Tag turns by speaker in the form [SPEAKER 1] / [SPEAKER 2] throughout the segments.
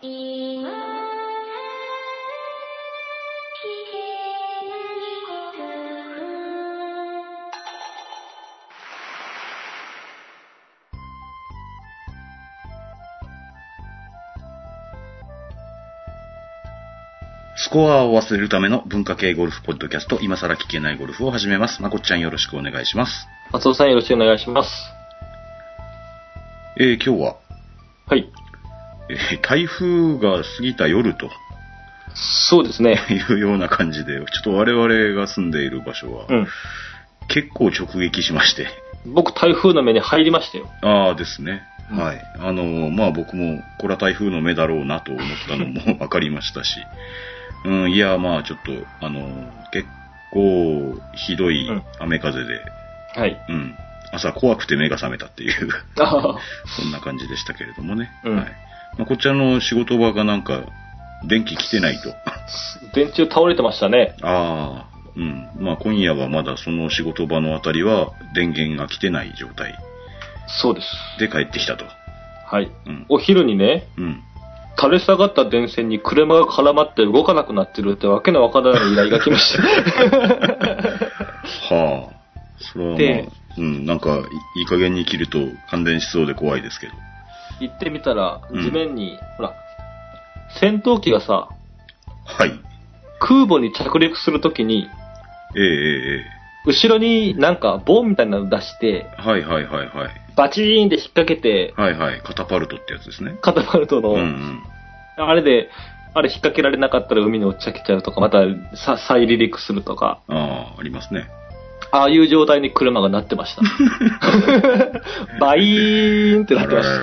[SPEAKER 1] 今聞けないこと
[SPEAKER 2] スコアを忘れるための文化系ゴルフポッドキャスト、今更聞けないゴルフを始めます。まこっちゃんよろしくお願いします。
[SPEAKER 3] 松尾さんよろしくお願いします。
[SPEAKER 2] えー、今日は、
[SPEAKER 3] はい。
[SPEAKER 2] えー台風が過ぎた夜と
[SPEAKER 3] そうですね。
[SPEAKER 2] いうような感じで、ちょっと我々が住んでいる場所は、
[SPEAKER 3] うん。
[SPEAKER 2] 結構直撃しまして、
[SPEAKER 3] 僕、台風の目に入りましたよ。
[SPEAKER 2] ああですね。
[SPEAKER 3] うん
[SPEAKER 2] はい。あのーまあ僕も、これは台風の目だろうなと思ったのも分かりましたし、 うん、いや、まあちょっと、あのー結構ひどい
[SPEAKER 3] うん
[SPEAKER 2] 雨風で、
[SPEAKER 3] はい。
[SPEAKER 2] うん、朝怖くて目が覚めたっていう、
[SPEAKER 3] ああ、
[SPEAKER 2] そんな感じでしたけれどもね。
[SPEAKER 3] うん
[SPEAKER 2] はい。まあ、こちらの仕事場がなんか、電気来てないと。
[SPEAKER 3] 電柱倒れてましたね。
[SPEAKER 2] ああ、うん。まあ今夜はまだその仕事場のあたりは電源が来てない状態
[SPEAKER 3] そうです。
[SPEAKER 2] で帰ってきたと。
[SPEAKER 3] はい。
[SPEAKER 2] うん。
[SPEAKER 3] お昼にね、
[SPEAKER 2] うん。
[SPEAKER 3] 垂れ下がった電線に車が絡まって動かなくなってるってわけのわからない依頼が来ま した。
[SPEAKER 2] はあ。それはま
[SPEAKER 3] で
[SPEAKER 2] あ、うん、なんかいいい加減に切ると感電しそうで怖いですけど。
[SPEAKER 3] 行ってみたら、
[SPEAKER 2] うん
[SPEAKER 3] 地面に、ほら、戦闘機がさ、
[SPEAKER 2] はい。
[SPEAKER 3] 空母に着陸するときに、
[SPEAKER 2] えええええ
[SPEAKER 3] 後ろになんか棒みたいなの出して、
[SPEAKER 2] えはいはいはいはい。
[SPEAKER 3] バチーンって引っ掛けて、
[SPEAKER 2] はいはい。カタパルトってやつですね。
[SPEAKER 3] カタパルトの、
[SPEAKER 2] うんうん。
[SPEAKER 3] あれで、あれ引っ掛けられなかったら海に落ちちゃけちゃうとか、またさ再離陸するとか、
[SPEAKER 2] ああ、ありますね。
[SPEAKER 3] ああいう状態に車がなってま した。バイーンってなって
[SPEAKER 2] あ
[SPEAKER 3] ま
[SPEAKER 2] ら
[SPEAKER 3] し
[SPEAKER 2] ら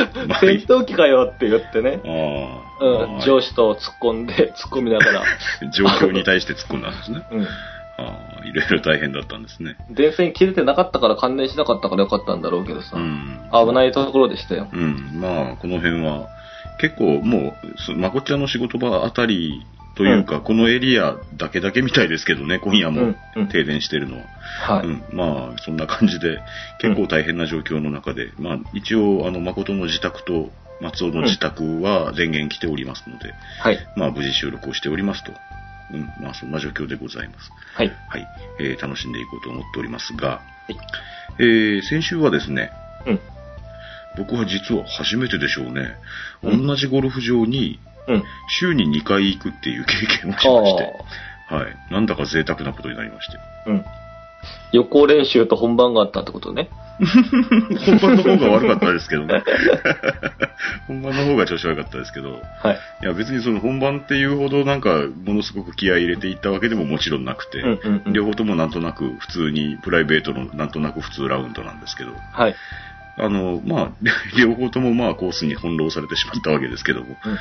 [SPEAKER 2] ら
[SPEAKER 3] た。
[SPEAKER 2] まあいい
[SPEAKER 3] 戦闘機かよって言ってね、
[SPEAKER 2] ああ、
[SPEAKER 3] うん、上司と突っ込んで、突っ込みながら、
[SPEAKER 2] 状況に対して突っ込んだんですね。
[SPEAKER 3] う
[SPEAKER 2] ああ、いろいろ大変だったんですね。
[SPEAKER 3] ん、電線切れてなかったから関連しなかったからよかったんだろうけどさ、
[SPEAKER 2] うん。
[SPEAKER 3] 危ないところでしたよ。
[SPEAKER 2] うん。まあ、この辺は、結構もうそ、まこっちゃんの仕事場あたりというか、このエリアだけだけみたいですけどね、今夜
[SPEAKER 3] う
[SPEAKER 2] も
[SPEAKER 3] ん、うん、
[SPEAKER 2] 停電してるのは。
[SPEAKER 3] はい、
[SPEAKER 2] うん。まあ、そんな感じで、結構大変な状況の中で、まあ、一応、あの、誠の自宅と松尾の自宅は電源来ておりますので、
[SPEAKER 3] はい、
[SPEAKER 2] まあ、無事収録をしておりますと。うん。まあ、そんな状況でございます。
[SPEAKER 3] はい、
[SPEAKER 2] はい、えー楽しんでいこうと思っておりますが、
[SPEAKER 3] い
[SPEAKER 2] えー先週はですね、
[SPEAKER 3] うん
[SPEAKER 2] 僕は実は初めてでしょうね、
[SPEAKER 3] うん
[SPEAKER 2] 同じゴルフ場に
[SPEAKER 3] うん。
[SPEAKER 2] 週に2回行くっていう経験をしまして、
[SPEAKER 3] あ
[SPEAKER 2] はい、なんだか贅沢なことになりまして、
[SPEAKER 3] あ、うん。予行練習と本番があったってことね。
[SPEAKER 2] 本番の方が悪かったですけど ね、本番の方が調子悪かったですけど、
[SPEAKER 3] はい。
[SPEAKER 2] いや別にその本番っていうほどなんかものすごく気合い入れていったわけでももちろんなくて、
[SPEAKER 3] うんうんうん
[SPEAKER 2] 両方ともなんとなく普通にプライベートのなんとなく普通ラウンドなんですけど、
[SPEAKER 3] はい。
[SPEAKER 2] あの、まあ、 両方ともまあコースに翻弄されてしまったわけですけども、
[SPEAKER 3] うん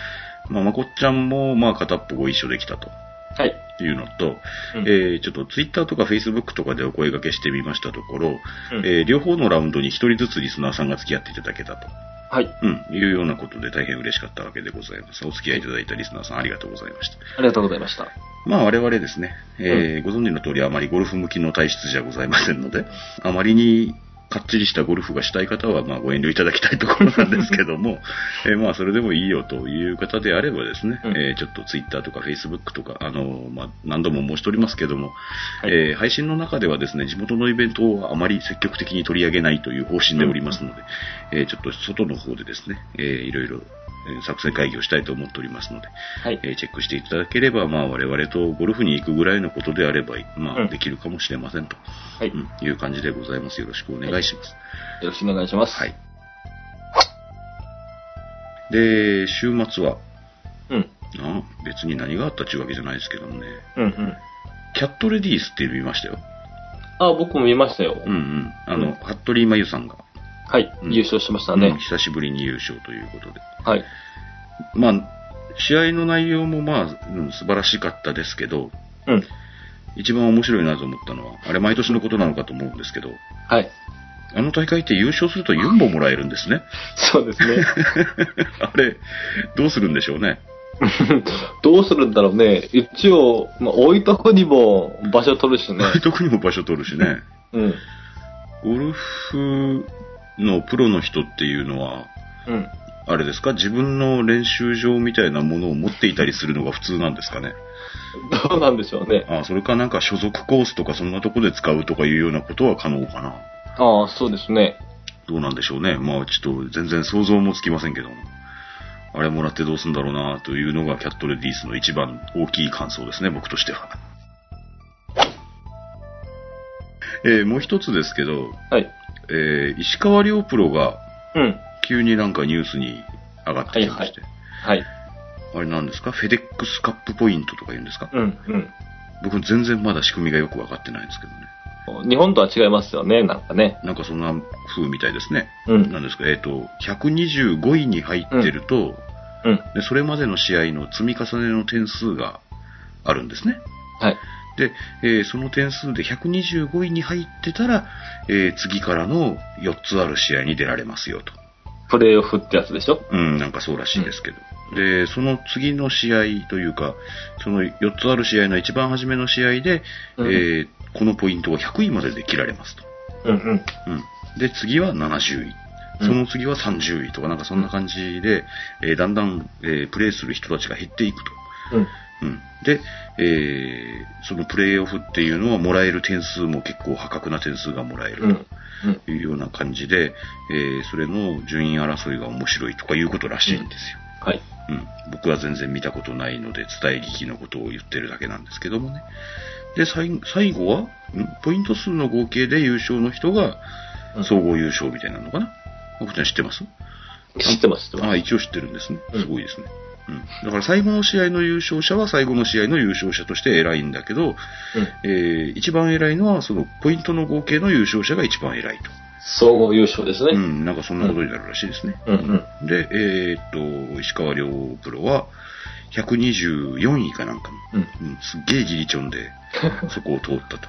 [SPEAKER 2] まあ、まこっちゃんもまあ片っぽご一緒できたと
[SPEAKER 3] はい。
[SPEAKER 2] いうのと、
[SPEAKER 3] うん
[SPEAKER 2] えーちょっとツイッターとかフェイスブックとかでお声掛けしてみましたところ、
[SPEAKER 3] うん
[SPEAKER 2] えー両方のラウンドに一人ずつリスナーさんが付き合っていただけたと、
[SPEAKER 3] はい。
[SPEAKER 2] うん、いうようなことで大変嬉しかったわけでございます。お付き合いいただいたリスナーさんありがとうございました。
[SPEAKER 3] ありがとうございました。
[SPEAKER 2] まあ我々ですね、えーご存知の通りあまりゴルフ向きの体質じゃございませんので、あまりにかっちりしたゴルフがしたい方は、まあご遠慮いただきたいところなんですけど も、えーまあそれでもいいよという方であればですね、
[SPEAKER 3] うん
[SPEAKER 2] えーちょっとツイッターとかフェイスブックとか、あのーまあ何度も申しておりますけども、
[SPEAKER 3] はい
[SPEAKER 2] えー配信の中ではですね、地元のイベントをあまり積極的に取り上げないという方針でおりますので、えーちょっと外の方でですね、えーいろいろえー作戦会議をしたいと思っておりますので、
[SPEAKER 3] はい。
[SPEAKER 2] えーチェックしていただければ、まあ、我々とゴルフに行くぐらいのことであれば、ま
[SPEAKER 3] う
[SPEAKER 2] あ、
[SPEAKER 3] ん
[SPEAKER 2] できるかもしれませんと、
[SPEAKER 3] はい。
[SPEAKER 2] う
[SPEAKER 3] よ
[SPEAKER 2] んいう感じでございます。よろしくお願いします。
[SPEAKER 3] ろしくお願いします。
[SPEAKER 2] はい。。で、週末は、
[SPEAKER 3] うん。
[SPEAKER 2] あ別に何があったっちゅうわけじゃないですけどもね、
[SPEAKER 3] うんうん。
[SPEAKER 2] キャットレディースって見ましたよ。
[SPEAKER 3] あ、僕も見ましたよ。
[SPEAKER 2] うんうん。あ
[SPEAKER 3] う
[SPEAKER 2] の、
[SPEAKER 3] ん
[SPEAKER 2] 服部真由さんが、
[SPEAKER 3] はい、
[SPEAKER 2] うん
[SPEAKER 3] 優勝しました
[SPEAKER 2] うん
[SPEAKER 3] ね。
[SPEAKER 2] 久しぶりに優勝ということで。
[SPEAKER 3] はい。
[SPEAKER 2] まあ、試合の内容もまあ、うん素晴らしかったですけど、
[SPEAKER 3] うん。
[SPEAKER 2] 一番面白いなと思ったのは、あれ毎年のことなのかと思うんですけど、
[SPEAKER 3] はい。
[SPEAKER 2] あの大会って優勝するとユンボもらえるんですね。
[SPEAKER 3] そうですね。
[SPEAKER 2] あれ、どうするんでしょうね。
[SPEAKER 3] どうするんだろうね。一応、まあ、置いとこにも場所取るしね。
[SPEAKER 2] 特にも場所取るしね。
[SPEAKER 3] う
[SPEAKER 2] ゴ
[SPEAKER 3] ん。
[SPEAKER 2] ルフのプロの人っていうのは、
[SPEAKER 3] うん。
[SPEAKER 2] あれですか、自分の練習場みたいなものを持っていたりするのが普通なんですかね。
[SPEAKER 3] どうなんでしょうね。
[SPEAKER 2] あそれかなんか所属コースとかそんなとこで使うとかいうようなことは可能かな。
[SPEAKER 3] ああ、そうですね。
[SPEAKER 2] どうなんでしょうね。まあちょっと全然想像もつきませんけども。あれもらってどうすんだろうなというのがキャットレディースの一番大きい感想ですね、僕としては。えーもう一つですけど、
[SPEAKER 3] はい。
[SPEAKER 2] えー石川遼プロが
[SPEAKER 3] うん。
[SPEAKER 2] 急になんかニュースに上がってきまして、
[SPEAKER 3] はい。
[SPEAKER 2] あれなんですかフェデックスカップポイントとか言うんですか
[SPEAKER 3] うん、
[SPEAKER 2] 僕全然まだ仕組みがよくわかってないんですけどね。
[SPEAKER 3] うん。日本とは違いますよね、なんかね。
[SPEAKER 2] なんかそんな風みたいですね。
[SPEAKER 3] うん。
[SPEAKER 2] なんですか、えっ、と、125位に入ってると、
[SPEAKER 3] うん。
[SPEAKER 2] で、それまでの試合の積み重ねの点数があるんですね。
[SPEAKER 3] はい。
[SPEAKER 2] で、えーその点数で125位に入ってたら、えー次からの4つある試合に出られますよと。
[SPEAKER 3] プレイオフってやつでしょ
[SPEAKER 2] うん、なんかそうらしいですけど。で、その次の試合というか、その4つある試合の一番初めの試合で、
[SPEAKER 3] う
[SPEAKER 2] え
[SPEAKER 3] ん
[SPEAKER 2] ーこのポイントを100位までで切られますと。
[SPEAKER 3] うんうん。
[SPEAKER 2] うん、で、次は70位。
[SPEAKER 3] うん
[SPEAKER 2] その次は30位とか、なんかそんな感じで、えーだんだん、えープレイする人たちが減っていくと。
[SPEAKER 3] うん。
[SPEAKER 2] うん、で、えーそのプレイオフっていうのはもらえる点数も結構破格な点数がもらえ
[SPEAKER 3] う
[SPEAKER 2] る
[SPEAKER 3] ん。うん。
[SPEAKER 2] というような感じで、えーそれの順位争いが面白いとかいうことらしいんですよ。
[SPEAKER 3] はい。
[SPEAKER 2] うん、僕は全然見たことないので伝え聞きのことを言ってるだけなんですけどもね。で、最最後は、んポイント数の合計で優勝の人が
[SPEAKER 3] うん
[SPEAKER 2] 総合優勝みたいなのかな僕ちゃん知ってます
[SPEAKER 3] 知ってます、知って
[SPEAKER 2] あ
[SPEAKER 3] ま
[SPEAKER 2] あ、
[SPEAKER 3] す。
[SPEAKER 2] 一応知ってるんですね。
[SPEAKER 3] うん
[SPEAKER 2] すごいですね。うん、だから最後の試合の優勝者は最後の試合の優勝者として偉いんだけど、
[SPEAKER 3] うん。
[SPEAKER 2] えー一番偉いのはそのポイントの合計の優勝者が一番偉いと。
[SPEAKER 3] 総合優勝です
[SPEAKER 2] う
[SPEAKER 3] ね。
[SPEAKER 2] ん、なんかそんなことになるらしいですね。
[SPEAKER 3] うんうん。
[SPEAKER 2] で、えーっと、石川遼プロは、124位かなんかの、
[SPEAKER 3] うん。
[SPEAKER 2] うん、すっげえギリチョンで、そこを通ったと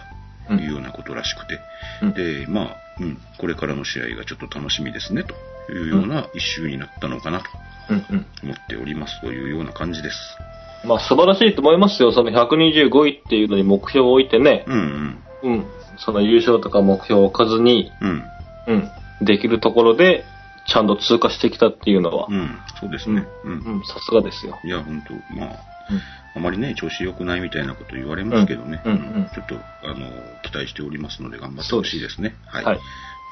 [SPEAKER 3] うん
[SPEAKER 2] いうようなことらしくて、
[SPEAKER 3] うん
[SPEAKER 2] で、まあ、うん、これからの試合がちょっと楽しみですね、というような一周になったのかなと
[SPEAKER 3] うんうん。
[SPEAKER 2] 思っておりますというような感じです。
[SPEAKER 3] まあ素晴らしいと思いますよ。その125位っていうのに目標を置いてね。
[SPEAKER 2] うん
[SPEAKER 3] うん。その優勝とか目標を置かずに、
[SPEAKER 2] うん、うん、
[SPEAKER 3] うん。できるところで、ちゃんと通過してきたっていうのは、
[SPEAKER 2] うん、そうですね。うん。
[SPEAKER 3] うん、さすがですよ。
[SPEAKER 2] いや、本当まあ、あまりね、調子良くないみたいなこと言われますけどね、
[SPEAKER 3] うんうんうん
[SPEAKER 2] ちょっと、あの、期待しておりますので頑張ってほしいですね。はい。
[SPEAKER 3] はい。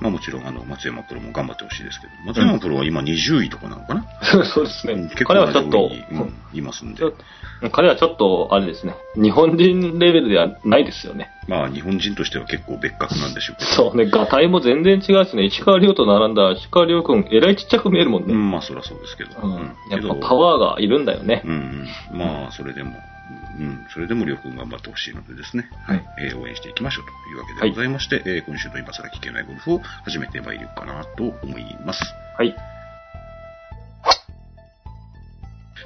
[SPEAKER 2] まあもちろん、あの、松山プロも頑張ってほしいですけど、松山プロは今20位とかなのかな、
[SPEAKER 3] そうですね。
[SPEAKER 2] 結構
[SPEAKER 3] 彼
[SPEAKER 2] な
[SPEAKER 3] はち
[SPEAKER 2] 上
[SPEAKER 3] ょ
[SPEAKER 2] 位
[SPEAKER 3] っと、
[SPEAKER 2] に、うん、いますんで
[SPEAKER 3] ちょ。っと彼はちょっと、あれですね。日本人レベルではないですよね。
[SPEAKER 2] まあ日本人としては結構別格なんでしょうけど。
[SPEAKER 3] そうね、ガタイも全然違うしね、石川遼と並んだ石川遼君、えらいちっちゃく見えるもん
[SPEAKER 2] う
[SPEAKER 3] ね。
[SPEAKER 2] ん、まあそりゃそうですけど。
[SPEAKER 3] うん。
[SPEAKER 2] けど
[SPEAKER 3] やっぱパワーがいるんだよね
[SPEAKER 2] う。んうん、まあそれでも、うん、それでもりょうくん頑張ってほしいのでですね、はい、えー応援していきましょうというわけでございまして、えー今週の今更聞けないゴルフを始めてまいりようかなと思います。
[SPEAKER 3] はい。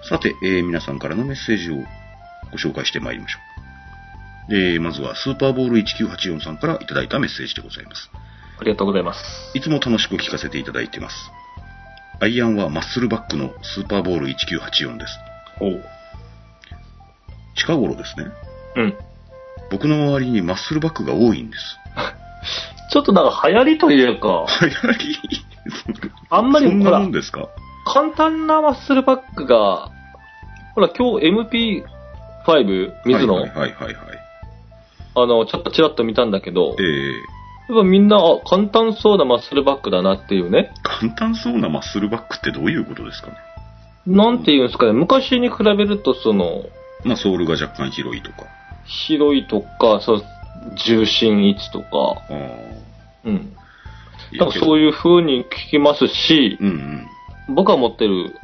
[SPEAKER 2] さて、えー皆さんからのメッセージをご紹介してまいりましょう。えーまずは、スーパーボール1984さんからいただいたメッセージでございます。
[SPEAKER 3] ありがとうございます。
[SPEAKER 2] いつも楽しく聞かせていただいています。アイアンはマッスルバックのスーパーボール1984です。
[SPEAKER 3] おう。
[SPEAKER 2] 近頃ですね。
[SPEAKER 3] うん。
[SPEAKER 2] 僕の周りにマッスルバックが多いんです。
[SPEAKER 3] ちょっとなんか流行りというか、
[SPEAKER 2] 流行り
[SPEAKER 3] あんまり
[SPEAKER 2] そん
[SPEAKER 3] ほ
[SPEAKER 2] なも
[SPEAKER 3] ら
[SPEAKER 2] ん、ですか
[SPEAKER 3] 簡単なマッスルバックが、ほら、今日 MP5、水野、
[SPEAKER 2] はいはいはいはいはい。
[SPEAKER 3] あの、ちょっとちらっと見たんだけど、
[SPEAKER 2] えー、
[SPEAKER 3] やっぱみんな、あ、簡単そうなマッスルバックだなっていうね。
[SPEAKER 2] 簡単そうなマッスルバックってどういうことですかね
[SPEAKER 3] なんていうんですかね、昔に比べると、その、
[SPEAKER 2] まあ、ソールが若干広いとか。
[SPEAKER 3] 広いとか、そう、重心位置とか、
[SPEAKER 2] ああ。
[SPEAKER 3] うん。
[SPEAKER 2] い
[SPEAKER 3] 多
[SPEAKER 2] や
[SPEAKER 3] 分そういう風に聞きますし、
[SPEAKER 2] うんうん。
[SPEAKER 3] 僕が持ってる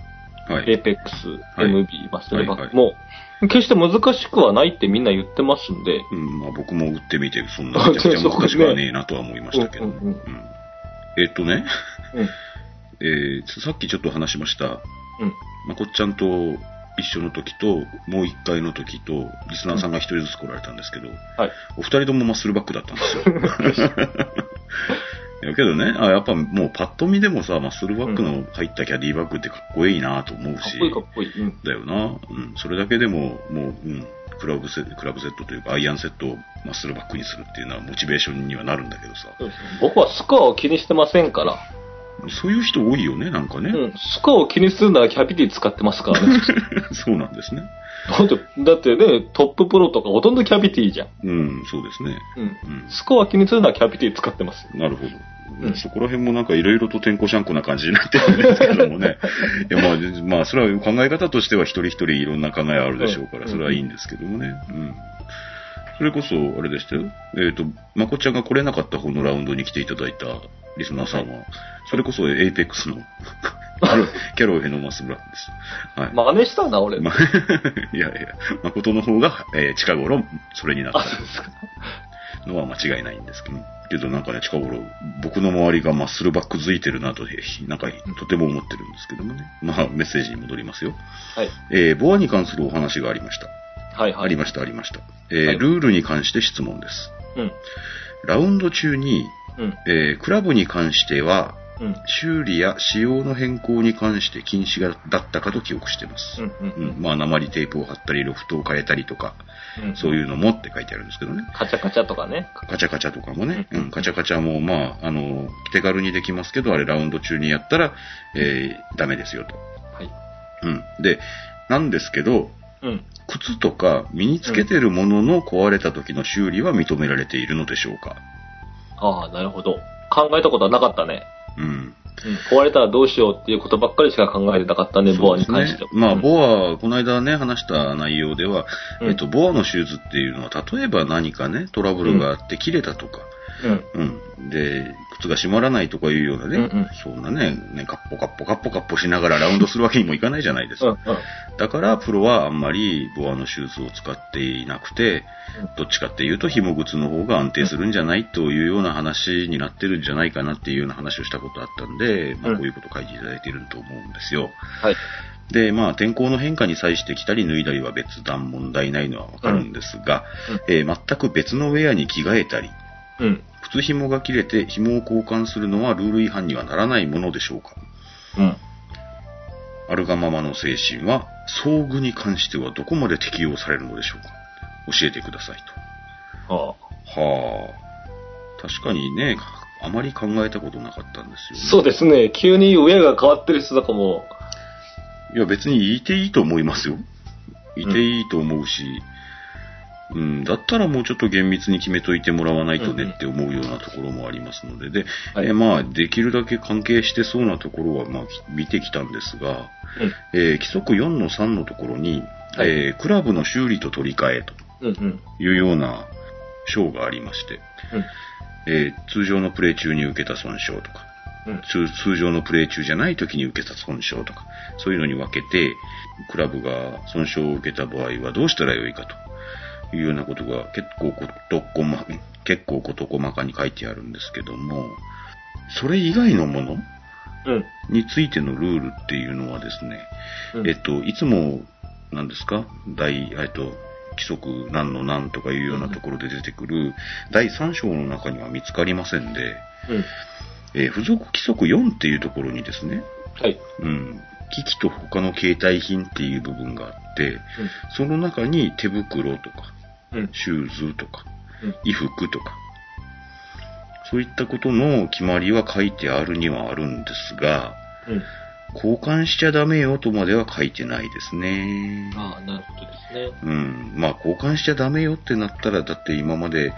[SPEAKER 2] はい。
[SPEAKER 3] エーペックス、
[SPEAKER 2] はい
[SPEAKER 3] MB、マッスルバックも、決して難しくはないってみんな言ってますんで、
[SPEAKER 2] うん、まあ僕も打ってみて、そ んなめちゃくちゃ難しくはねえなとは思いましたけど。
[SPEAKER 3] うんうんうん
[SPEAKER 2] うんえっとね、
[SPEAKER 3] うん。
[SPEAKER 2] えーさっきちょっと話しました、
[SPEAKER 3] うん。
[SPEAKER 2] まこっちゃんと一緒の時と、もう一回の時と、リスナーさんが一人ずつ来られたんですけど、
[SPEAKER 3] はい。
[SPEAKER 2] お二人ともマッスルバックだったんですよ。 いやけどね、あやっぱもうパッと見でもさ、マッスルバックの入ったキャディバッグってかっこいいなと思うし、
[SPEAKER 3] かっこいいかっこいい。うん。
[SPEAKER 2] だよな。うん。それだけでも、もう、うん。クラブセクラブセットというか、アイアンセットをマッスルバックにするっていうのはモチベーションにはなるんだけどさ。
[SPEAKER 3] そうですね僕はスコアを気にしてませんから。
[SPEAKER 2] そういう人多いよね、なんかね。
[SPEAKER 3] うん。スコアを気にするならキャビティ使ってますからね。
[SPEAKER 2] そうなんですね。
[SPEAKER 3] だってだってね、トッププロとかほとんどキャビティじゃん。
[SPEAKER 2] うん、そうですね。
[SPEAKER 3] うん。
[SPEAKER 2] う
[SPEAKER 3] スコア気にするならキャビティ使ってますよ。
[SPEAKER 2] ん、なるほど。
[SPEAKER 3] うん
[SPEAKER 2] そこら辺もなんかいろいろと天候シャンコな感じになってるんですけどもね。 いやまあ、でまあ、それは考え方としては一人一人いろんな考えあるでしょうか
[SPEAKER 3] う
[SPEAKER 2] ら、
[SPEAKER 3] ん
[SPEAKER 2] それはいいんですけどもね。うん。それこそ、あれでしたよ。えっ、と、まこちゃんが来れなかった方のラウンドに来ていただいたリスナーさんは、それこそエイペック スのキャロウヘノマスブランです。はい。
[SPEAKER 3] 真似したんだ、俺。
[SPEAKER 2] ま いやいや、誠の方が、えー近頃、それになっ
[SPEAKER 3] あ、そうですか。
[SPEAKER 2] たのは間違いないんですけど、けどなんかね、近頃、僕の周りがマッスルバック付いてるなと、えーなんか、とても思ってるんですけどもね。まあ、メッセージに戻りますよ。
[SPEAKER 3] はい。
[SPEAKER 2] えーボアに関するお話がありました。
[SPEAKER 3] はいはい。
[SPEAKER 2] ありました、ありました。えー
[SPEAKER 3] はい
[SPEAKER 2] ルールに関して質問です。
[SPEAKER 3] うん。
[SPEAKER 2] ラウンド中に、
[SPEAKER 3] うん。
[SPEAKER 2] えークラブに関しては、
[SPEAKER 3] うん。
[SPEAKER 2] 修理や仕様の変更に関して禁止がだったかと記憶してます。
[SPEAKER 3] うん。うん。う
[SPEAKER 2] うん
[SPEAKER 3] ん。
[SPEAKER 2] まあ、鉛テープを貼ったり、ロフトを変えたりとか、
[SPEAKER 3] うん。
[SPEAKER 2] そういうのもって書いてあるんですけどね。
[SPEAKER 3] カチャカチャとかね。
[SPEAKER 2] カチャカチャとかもね、
[SPEAKER 3] う
[SPEAKER 2] うんん、カチャカチャも、まあ、あの、手軽にできますけど、あれラウンド中にやったら、えーダメですよと。
[SPEAKER 3] はい。
[SPEAKER 2] うん。で、なんですけど、
[SPEAKER 3] うん。
[SPEAKER 2] 靴とか身につけてるものの壊れた時の修理は認められているのでしょうか
[SPEAKER 3] ああ、なるほど。考えたことはなかったね。
[SPEAKER 2] うん。
[SPEAKER 3] うん、壊れたらどうしようっていうことばっかりしか考えてなかったね、ボアに関して
[SPEAKER 2] そうですねまあ、
[SPEAKER 3] ア。
[SPEAKER 2] ボア、この間ね、話した内容では、
[SPEAKER 3] うん
[SPEAKER 2] えっと、ボアのシューズっていうのは、例えば何かね、トラブルがあって切れたとか、
[SPEAKER 3] うん。
[SPEAKER 2] うん。で、靴が閉まらないとかいうようなね、
[SPEAKER 3] うんうん
[SPEAKER 2] そんなね、ね、カッポカッポカッポカッポしながら ラウンドするわけにもいかないじゃないです
[SPEAKER 3] うん。
[SPEAKER 2] か。
[SPEAKER 3] うん。
[SPEAKER 2] だから、プロはあんまりボアのシューズを使っていなくて、どっちかっていうと、紐靴の方が安定するんじゃないというような話になってるんじゃないかなっていうような話をしたことあったんで、ま
[SPEAKER 3] う
[SPEAKER 2] あ、
[SPEAKER 3] ん
[SPEAKER 2] こういうこと書いていただいてると思うんですよ。
[SPEAKER 3] はい。
[SPEAKER 2] で、まあ、天候の変化に際して着たり脱いだりは別段問題ないのはわかるんですが、えー全く別のウェアに着替えたり、
[SPEAKER 3] うん。
[SPEAKER 2] 靴紐が切れて紐を交換するのはルール違反にはならないものでしょうか
[SPEAKER 3] うん。
[SPEAKER 2] アルガママの精神は装具に関してはどこまで適用されるのでしょうか教えてください
[SPEAKER 3] ああ。
[SPEAKER 2] と。はあ。確かにね、あまり考えたことなかったんですよ、ね。
[SPEAKER 3] そうですね。急に親が変わってる人とかも、
[SPEAKER 2] いや別にいていいと思いますよ。いていいと思うし、うん、だったらもうちょっと厳密に決めといてもらわないと
[SPEAKER 3] うんうん
[SPEAKER 2] ねって思うようなところもありますので、で、
[SPEAKER 3] はい
[SPEAKER 2] えまあできるだけ関係してそうなところはまあき見てきたんですが、えー規則4の3のところに、
[SPEAKER 3] はい
[SPEAKER 2] えークラブの修理と取り替えと
[SPEAKER 3] うん。うん。うん。
[SPEAKER 2] いうような章がありまして、えー通常のプレー中に受けた損傷とか、
[SPEAKER 3] うん。
[SPEAKER 2] 通通常のプレー中じゃない時に受けた損傷とか、そういうのに分けて、クラブが損傷を受けた場合はどうしたらよいかというようなことが結構ことこま、結構こと細かに書いてあるんですけども、それ以外のもの
[SPEAKER 3] うん。
[SPEAKER 2] についてのルールっていうのはですね、
[SPEAKER 3] うん。
[SPEAKER 2] えっと、いつも、なんですか第、えっと、規則何の何とかいうようなところで出てくる、第3章の中には見つかりませんで、
[SPEAKER 3] うん。
[SPEAKER 2] えー付属規則4っていうところにですね、
[SPEAKER 3] はい。
[SPEAKER 2] うん、機器と他の携帯品っていう部分があって、その中に手袋とか、
[SPEAKER 3] うん。うん。
[SPEAKER 2] シューズとか
[SPEAKER 3] うん、
[SPEAKER 2] 衣服とか、そういったことの決まりは書いてあるにはあるんですが、
[SPEAKER 3] うん。
[SPEAKER 2] 交換しちゃダメよとまでは書いてないですね。
[SPEAKER 3] ああ、なるほどですね。
[SPEAKER 2] うん。まあ、交換しちゃダメよってなったら、だって今まで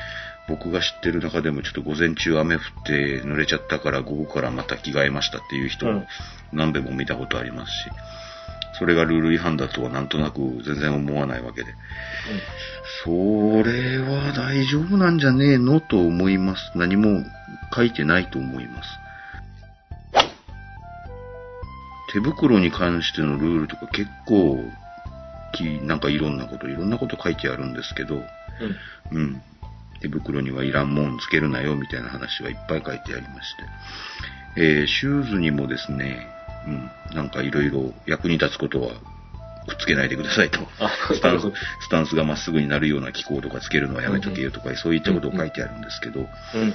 [SPEAKER 2] 僕が知ってる中でもちょっと午前中雨降って濡れちゃったから午後からまた着替えましたっていう人
[SPEAKER 3] うん
[SPEAKER 2] も何べも見たことありますし、それがルール違反だとはなんとなく全然思わないわけで、それは大丈夫なんじゃねえのと思います。何も書いてないと思います。手袋に関してのルールとか結構き、なんかいろんなこと、いろんなこと書いてあるんですけど、
[SPEAKER 3] うん。うん。
[SPEAKER 2] うん。手袋にはいらんもんつけるなよみたいな話はいっぱい書いてありまして。えーシューズにもですね、うん、なんかいろいろ役に立つことはくっつけないでくださいと。
[SPEAKER 3] あ、
[SPEAKER 2] スタンススタンスがまっすぐになるような機構とかつけるのはやめとけよとか、そういったことを書いてあるんですけど、
[SPEAKER 3] うん。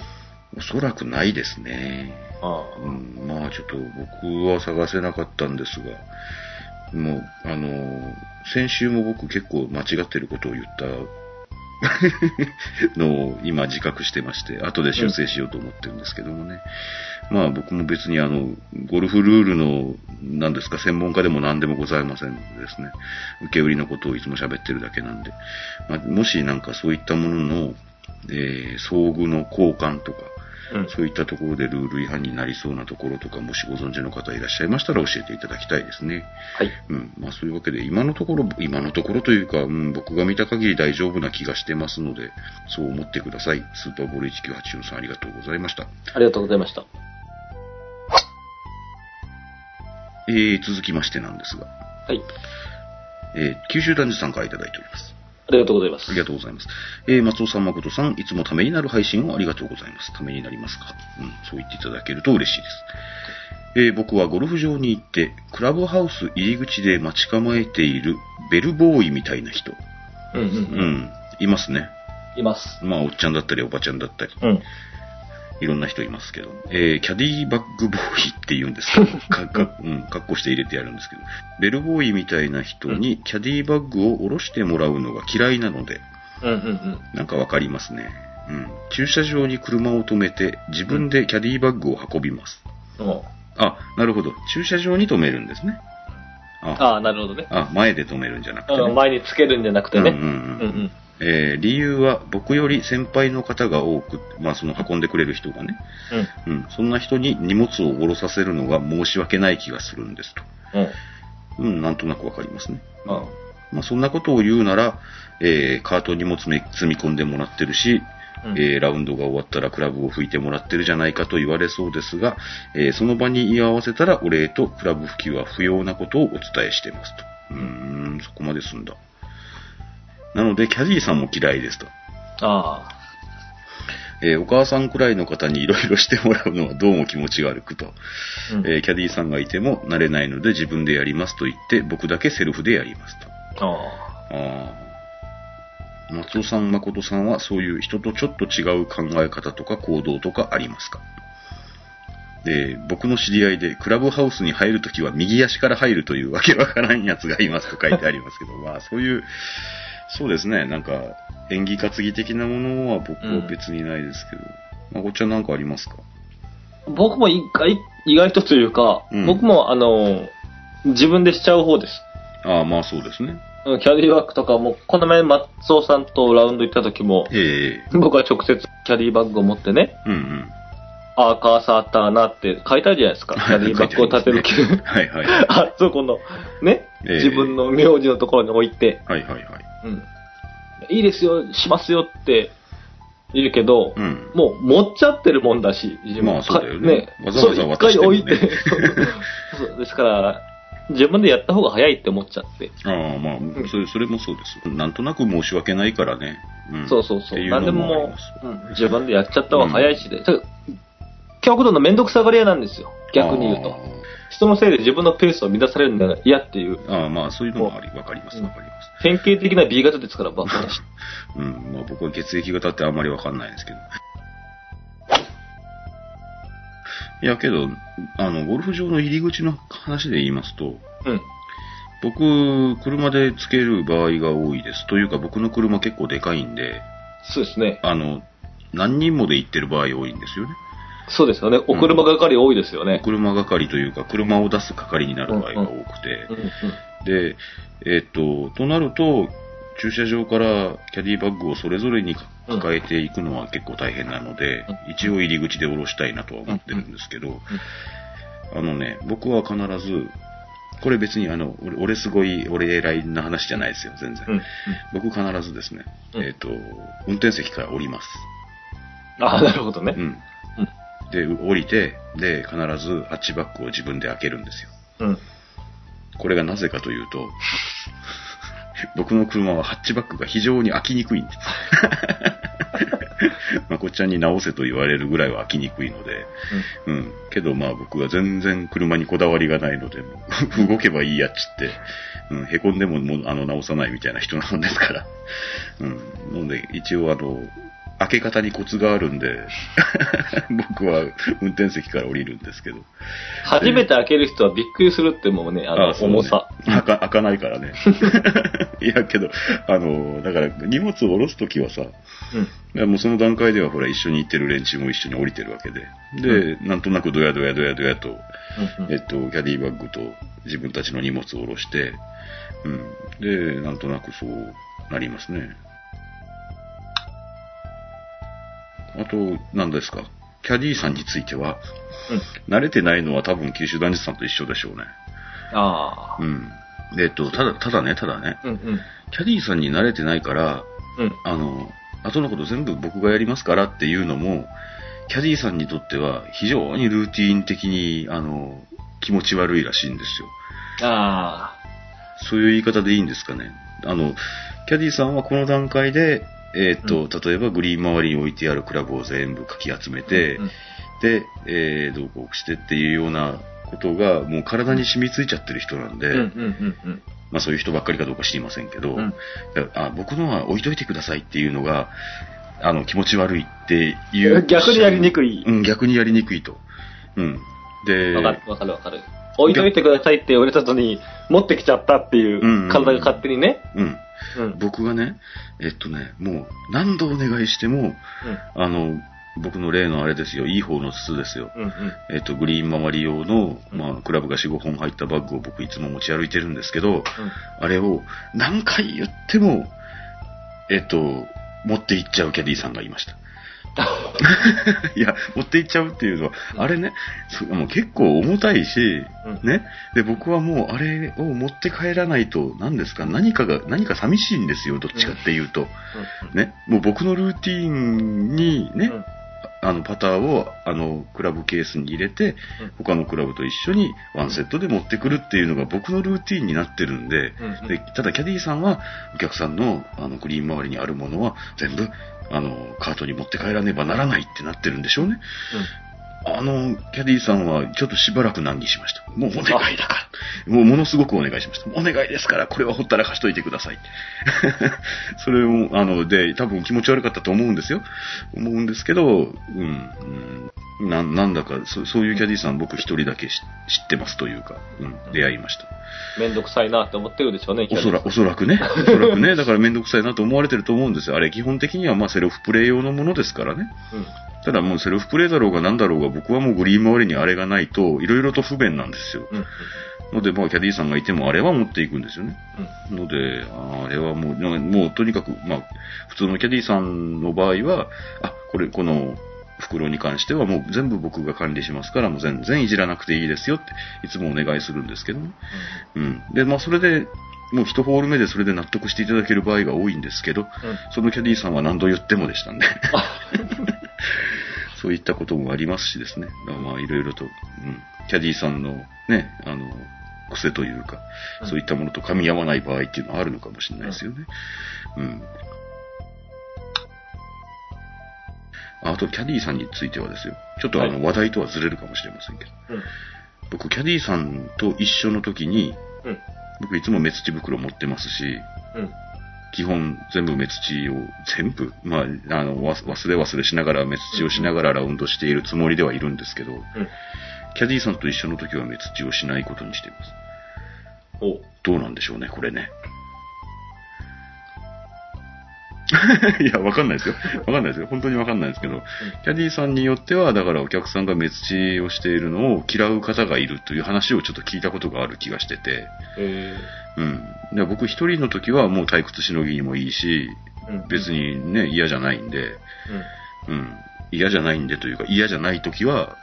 [SPEAKER 2] おそらくないですね。
[SPEAKER 3] ああ。
[SPEAKER 2] うん、まあちょっと僕は探せなかったんですが、もう、あの、先週も僕結構間違ってることを言った のを今自覚してまして、後で修正しようと思ってるんですけどもね。まあ僕も別にあの、ゴルフルールの、何ですか、専門家でも何でもございませんのでですね、受け売りのことをいつも喋ってるだけなんで、まあ、もしなんかそういったものの、えー遭遇の交換とか、
[SPEAKER 3] うん。
[SPEAKER 2] そういったところでルール違反になりそうなところとか、もしご存知の方いらっしゃいましたら教えていただきたいですね。
[SPEAKER 3] はい。
[SPEAKER 2] うん。まあそういうわけで、今のところ、今のところというか、うん、僕が見た限り大丈夫な気がしてますので、そう思ってください。スーパーボール1984さんありがとうございました。
[SPEAKER 3] ありがとうございました。
[SPEAKER 2] えー、続きましてなんですが、
[SPEAKER 3] はい。
[SPEAKER 2] えー、九州男児さんからいただいております。
[SPEAKER 3] ありがとうございます。
[SPEAKER 2] ありがとうございます。えー、松尾さん、誠さん、いつもためになる配信をありがとうございます。ためになりますか。うん、そう言っていただけると嬉しいです。えー、僕はゴルフ場に行って、クラブハウス入り口で待ち構えているベルボーイみたいな人。
[SPEAKER 3] うんう
[SPEAKER 2] うん
[SPEAKER 3] うん。
[SPEAKER 2] ん、いますね。
[SPEAKER 3] います。
[SPEAKER 2] まあ、おっちゃんだったり、おばちゃんだったり、
[SPEAKER 3] うん。
[SPEAKER 2] いろんな人いますけど、えー、キャディバッグボーイって言うんですけど、か、か、うん、格好して入れてやるんですけど、ベルボーイみたいな人にキャディバッグを下ろしてもらうのが嫌いなので、
[SPEAKER 3] うんうんうん。
[SPEAKER 2] なんかわかりますね。うん。駐車場に車を止めて、自分でキャディバッグを運びます。
[SPEAKER 3] おう
[SPEAKER 2] あ、なるほど。駐車場に止めるんですね。あ、
[SPEAKER 3] ああ、なるほどね。
[SPEAKER 2] あ前で止めるんじゃなくて、
[SPEAKER 3] あの
[SPEAKER 2] ね。
[SPEAKER 3] 前につけるんじゃなくて
[SPEAKER 2] うん
[SPEAKER 3] ね。
[SPEAKER 2] うん
[SPEAKER 3] う
[SPEAKER 2] うんん
[SPEAKER 3] うん。
[SPEAKER 2] えー理由は僕より先輩の方が多く、まあその運んでくれる人がね、うん、そんな人に荷物を下ろさせるのが申し訳ない気がするんです
[SPEAKER 3] うん。うん。
[SPEAKER 2] と。うん、なんとなくわかりますね。
[SPEAKER 3] まあ、
[SPEAKER 2] まあそんなことを言うなら、えーカートにも積み積み込んでもらってるし、
[SPEAKER 3] うん
[SPEAKER 2] えーラウンドが終わったらクラブを拭いてもらってるじゃないかと言われそうですが、えーその場に居合わせたらお礼とクラブ拭きは不要なことをお伝えしてますと。うーん、そこまで済んだ。なので、キャディーさんも嫌いですと。
[SPEAKER 3] あ
[SPEAKER 2] えーお母さんくらいの方にいろいろしてもらうのはどうも気持ちが悪くと、
[SPEAKER 3] あ。うん。
[SPEAKER 2] えーキャディーさんがいても慣れないので自分でやりますと言って、僕だけセルフでやりますと。
[SPEAKER 3] あ
[SPEAKER 2] ああ。松尾さん、誠さんはそういう人とちょっと違う考え方とか行動とかありますかで、僕の知り合いで、クラブハウスに入るときは右足から入るというわけわからんやつがいますと書いてありますけど、まあそういう、そうですね、なんか、演技担ぎ的なものは僕は別にないですけど、まこっちゃんなんかありますか
[SPEAKER 3] あ。僕も一回、意外とというか、
[SPEAKER 2] うん
[SPEAKER 3] 僕もあの、自分でしちゃう方です。
[SPEAKER 2] ああ、まあそうですね。
[SPEAKER 3] うんキャディバッグとかも、この前松尾さんとラウンド行った時も、
[SPEAKER 2] ええ
[SPEAKER 3] 僕は直接キャディバッグを持ってね、
[SPEAKER 2] うんうん。
[SPEAKER 3] ああ、母さんあったなって書いてあるじゃないですか。キャディバッグを立てる気
[SPEAKER 2] はいはい。は
[SPEAKER 3] あそこの、ね、
[SPEAKER 2] ええ
[SPEAKER 3] 自分の名字のところに置いて、
[SPEAKER 2] いはいはい。
[SPEAKER 3] うん、いいですよ、しますよって言うけど、
[SPEAKER 2] うん。
[SPEAKER 3] もう持っちゃってるもんだし、自分
[SPEAKER 2] まあそうだよね
[SPEAKER 3] か
[SPEAKER 2] わざわざ渡して
[SPEAKER 3] そう
[SPEAKER 2] もね
[SPEAKER 3] 一回置いて、 そうそうですから、自分でやった方が早いって思っちゃって、
[SPEAKER 2] ああ、まあ、
[SPEAKER 3] ん
[SPEAKER 2] それ、それもそうです。なんとなく申し訳ないからね。うん、
[SPEAKER 3] そうそうそう、
[SPEAKER 2] ってい
[SPEAKER 3] 何で
[SPEAKER 2] の
[SPEAKER 3] も
[SPEAKER 2] もあり
[SPEAKER 3] も
[SPEAKER 2] ます
[SPEAKER 3] う、うん、自分でやっちゃった方が早いしで、極度の面倒くさがり屋なんですよ、逆に言うと。人のせいで自分のペースを乱されるんだ嫌っていう、
[SPEAKER 2] ああああ、まあ、そういうのもあり、わかります、
[SPEAKER 3] うん
[SPEAKER 2] わかります。
[SPEAKER 3] 典型的な B 型ですから、僕 は。
[SPEAKER 2] うん、まあ僕は血液型ってあんまりわかんないんですけど。いやけど、あの、ゴルフ場の入り口の話で言いますと、
[SPEAKER 3] うん。
[SPEAKER 2] 僕、車でつける場合が多いです。というか、僕の車結構でかいんで、
[SPEAKER 3] そうですね。
[SPEAKER 2] あの、何人もで行ってる場合多いんですよね。
[SPEAKER 3] そうですよね。お車係多いですよね。
[SPEAKER 2] 車係というか、車を出す係になる場合が多くて、
[SPEAKER 3] うんう
[SPEAKER 2] で、えっと、となると、駐車場からキャディバッグをそれぞれに抱えていくのは結構大変なので、
[SPEAKER 3] う
[SPEAKER 2] 一応入り口で降ろしたいなとは思ってるんですけど、あのね、僕は必ず、これ別にあの、俺俺すごい、俺偉いな話じゃないですよ、全然。
[SPEAKER 3] ん。うん。
[SPEAKER 2] 僕必ずですね、
[SPEAKER 3] うん
[SPEAKER 2] えっと、運転席から降ります。
[SPEAKER 3] ああ、なるほど
[SPEAKER 2] う
[SPEAKER 3] ね。
[SPEAKER 2] ん。で、降りて、で、必ずハッチバックを自分で開けるんですよ。
[SPEAKER 3] うん。
[SPEAKER 2] これがなぜかというと、 僕の車はハッチバックが非常に開きにくいんです。 まこっちゃんに直せと言われるぐらいは開きにくいので、うん。けどまあ僕は全然車にこだわりがないので、 もう動けばいいやっちって、うん、へこんでももうあの直さないみたいな人なんですから。うん。なので一応あの、開け方にコツがあるんで、 僕は運転席から降りるんですけど。
[SPEAKER 3] 初めて開ける人はびっくりするってもうね、あの、
[SPEAKER 2] そうね
[SPEAKER 3] 重さ。
[SPEAKER 2] 開か開かないから ね。いやけど、あの、だから荷物を下ろすときはさ、
[SPEAKER 3] うん。
[SPEAKER 2] もうその段階ではほら一緒に行ってる連中も一緒に降りてるわけで。で、なんとなくドヤドヤドヤドヤと、
[SPEAKER 3] うん
[SPEAKER 2] えっと、キャディバッグと自分たちの荷物を下ろして、うん。で、なんとなくそうなりますね。あと、何ですか。キャディーさんについては、
[SPEAKER 3] うん
[SPEAKER 2] 慣れてないのは多分九州男児さんと一緒でしょうね。
[SPEAKER 3] ああ。
[SPEAKER 2] うん。えっと、ただ、ただね、ただね。
[SPEAKER 3] うんうん。
[SPEAKER 2] キャディーさんに慣れてないから、
[SPEAKER 3] うん。
[SPEAKER 2] あの、後のこと全部僕がやりますからっていうのも、キャディーさんにとっては非常にルーティーン的に、あの、気持ち悪いらしいんですよ。
[SPEAKER 3] あ
[SPEAKER 2] そういう言い方でいいんですかね。あの、キャディーさんはこの段階で、えっ、と、例えばグリーン周りに置いてあるクラブを全部かき集め
[SPEAKER 3] あ。
[SPEAKER 2] て、
[SPEAKER 3] うんうん
[SPEAKER 2] で、えーどうこうしてっていうようなことが、もう体に染みついちゃってる人なんで、
[SPEAKER 3] うんうんうん
[SPEAKER 2] まあそういう人ばっかりかどうか知りませんけど、
[SPEAKER 3] うん
[SPEAKER 2] あ僕のは置いといてくださいっていうのが、あの、気持ち悪いっていうう。
[SPEAKER 3] ん。逆にやりにくい。
[SPEAKER 2] うん、逆にやりにくいと。うん。で、
[SPEAKER 3] わかるわかるわかる。置いといてくださいって言われた後に、持ってきちゃったってい
[SPEAKER 2] うんうんうん
[SPEAKER 3] う、体が勝手にね。
[SPEAKER 2] うん。
[SPEAKER 3] うん。うん。
[SPEAKER 2] 僕がね、えっとね、もう何度お願いしても、あの、僕の例のあれですよ、いい方の筒ですよ。
[SPEAKER 3] うんうん。
[SPEAKER 2] えっと、グリーン周り用の、
[SPEAKER 3] うん
[SPEAKER 2] まあ、クラブが4、5本入ったバッグを僕いつも持ち歩いてるんですけど、あれを何回言っても、えっと、持って行っちゃうキャディーさんがいました。 いや、持って行っちゃうっていうのは、
[SPEAKER 3] うん
[SPEAKER 2] あれね、そうもう結構重たいし、
[SPEAKER 3] うん
[SPEAKER 2] ね、で、僕はもうあれを持って帰らないと、何ですか、何かが、何か寂しいんですよ、どっちかっていうと。ね、もう僕のルーティーンにね、
[SPEAKER 3] うん
[SPEAKER 2] あのパターをあのクラブケースに入れて、
[SPEAKER 3] うん
[SPEAKER 2] 他のクラブと一緒にワンセットで持ってくるっていうのが僕のルーティーンになってるんで、
[SPEAKER 3] うんうん
[SPEAKER 2] でただキャディーさんはお客さんのあのグリーン周りにあるものは全部あのカートに持って帰らねばならないってなってるんでしょうね。あの、キャディーさんはちょっとしばらく難儀しました。もうお願いだから。もうものすごくお願いしました。お願いですから、これはほったらかしといてくださいって。 それを、あの、で、多分気持ち悪かったと思うんですよ。思うんですけど、うん、うん、ななんだかそ、そういうキャディーさん僕一人だけ知知ってますというか、うん、出会いました。
[SPEAKER 3] めんどくさいなって思ってるでしょうね、
[SPEAKER 2] おそらおそらくね。おそらくね。だからめんどくさいなと思われてると思うんですよ。あれ、基本的にはまあセルフプレイ用のものですからね。
[SPEAKER 3] うん
[SPEAKER 2] ただもうセルフプレイだろうが何だろうが僕はもうグリーン周りにあれがないといろいろと不便なんですよ。
[SPEAKER 3] うんうん
[SPEAKER 2] のでまあキャディーさんがいてもあれは持っていくんですよね。
[SPEAKER 3] うん
[SPEAKER 2] ので、あれはもう、なもうとにかくまあ普通のキャディーさんの場合は、あ、これこの袋に関してはもう全部僕が管理しますからもう全然いじらなくていいですよっていつもお願いするんですけどね。うん。で、まあそれで、もう一ホール目でそれで納得していただける場合が多いんですけど、
[SPEAKER 3] うん
[SPEAKER 2] そのキャディーさんは何度言ってもでしたんで。 そういったこともありますしですね。まあ、いろいろと、うん、キャディーさんのね、あの、癖というか、
[SPEAKER 3] うん
[SPEAKER 2] そういったものと噛み合わない場合っていうのはあるのかもしれないですよね。うん。あと、キャディーさんについてはですよ。ちょっとあの、
[SPEAKER 3] は
[SPEAKER 2] 話題とはずれるかもしれませんけど。
[SPEAKER 3] うん
[SPEAKER 2] 僕、キャディーさんと一緒の時に、
[SPEAKER 3] うん
[SPEAKER 2] 僕いつも目土袋持ってますし、
[SPEAKER 3] うん
[SPEAKER 2] 基本全部目土を、全部、まあ、あの、わ忘れ忘れしながら目土をしながらラウンドしているつもりではいるんですけど、
[SPEAKER 3] うん
[SPEAKER 2] キャディーさんと一緒の時は目土をしないことにしています。
[SPEAKER 3] お
[SPEAKER 2] どうなんでしょうね、これね。 いや、わかんないですよ。わかんないですよ。本当にわかんないですけど、キャディーさんによっては、だからお客さんが目土をしているのを嫌う方がいるという話をちょっと聞いたことがある気がしてて、
[SPEAKER 3] え
[SPEAKER 2] うん。で僕一人の時はもう退屈しのぎにもいいし、
[SPEAKER 3] ーうん
[SPEAKER 2] 別にね、嫌じゃないんで、
[SPEAKER 3] うん
[SPEAKER 2] うん。嫌じゃないんでというか、嫌じゃない時は、